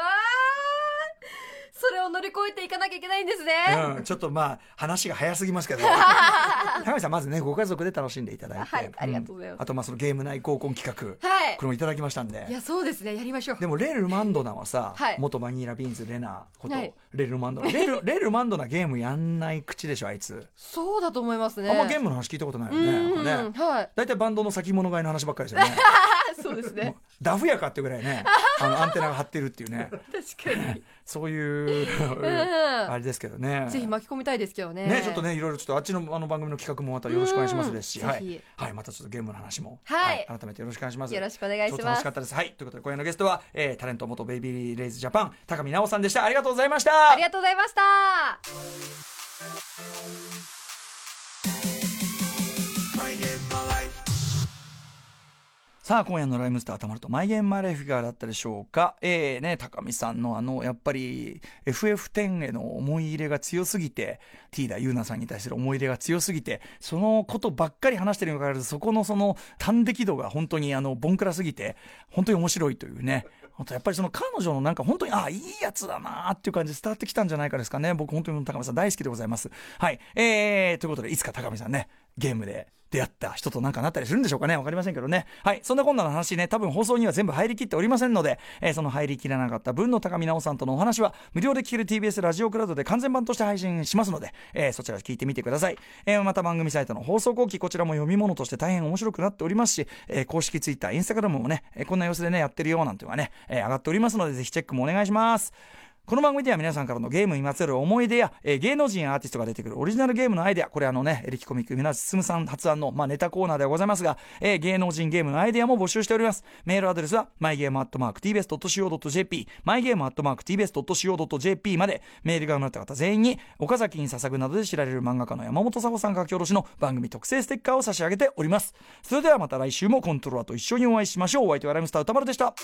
それを乗り越えていかなきゃいけないんですね、
うん、ちょっとまあ話が早すぎます けど高橋さんまずねご家族で楽しんでいただいて、
はいありがとうございます
んあとまあそのゲーム内合コン企画、
はい
これもいただきましたんで
いやそうですねやりましょう
でもレルマンドナはさ、
はい
元バニラビーンズレナこと、
はい
レルマンドナレ ルレルマンドナゲームやんない口でしょあいつ、
そうだと思いますね
あんまゲームの話聞いたことないよ
う
ね
んうん
なんか
うん
ね
はい
大体バンドの先物買いの話ばっかりですよね
あそうですね
もうダフやかってぐらいねあのアンテナが張ってるっていうね
確かに
そういう あれですけどね
ぜひ巻き込みたいですけどね
ね、ちょっとね、いろいろちょっとあっちのあの番組の企画もまたよろしくお願いしますですし、
うん
は
ぜ
い
ひ、
はい、またちょっとゲームの話も、
はい
改めてよろしくお願いします。
よろしくお願いします
ちょっと楽しかったです。はい、ということで今夜のゲストは、えー、タレント元ベイビーレイズジャパン高見直さんでした。ありがとうございました。
ありがとうございました
さあ今夜の「ライムスターたまると」「マイ・ゲーム・マイ・ライフ」いかがだったでしょうかえー、ね高見さんのあのやっぱり FF10 への思い入れが強すぎて T だ優奈さんに対する思い入れが強すぎてそのことばっかり話してるにもかかわらずそこのその端的度が本当にあのボンクラすぎて本当に面白いというね本当やっぱりその彼女のなんか本当にああいいやつだなっていう感じで伝わってきたんじゃないかですかね僕本当に高見さん大好きでございますはいえー、ということでいつか高見さんねゲームで出会った人となんかなったりするんでしょうかねわかりませんけどね。はい。そんなこんなの話ね、多分放送には全部入りきっておりませんので、えーその入りきらなかった分の高見直さんとのお話は、無料で聞ける TBS ラジオクラウドで完全版として配信しますので、えーそちら聞いてみてください。えーまた番組サイトの放送後期、こちらも読み物として大変面白くなっておりますし、えー公式 Twitter、Instagram もね、えーこんな様子でね、やってるよなんていうのはね、えー上がっておりますので、ぜひチェックもお願いします。この番組では皆さんからのゲームにまつわる思い出や、えー芸能人やアーティストが出てくるオリジナルゲームのアイデア、これあのね、エレキコミック、みな進さん発案の、まあ、ネタコーナーではございますが、えー芸能人ゲームのアイデアも募集しております。メールアドレスは、mygame.tbs.co.jp、mygame.tbs.co.jp まで、メールが生まれた方全員に、岡崎に捧ぐなどで知られる漫画家の山本佐保さん書き下ろしの番組特製ステッカーを差し上げております。それではまた来週もコントローラーと一緒にお会いしましょう。お相手はライムスター歌丸でした。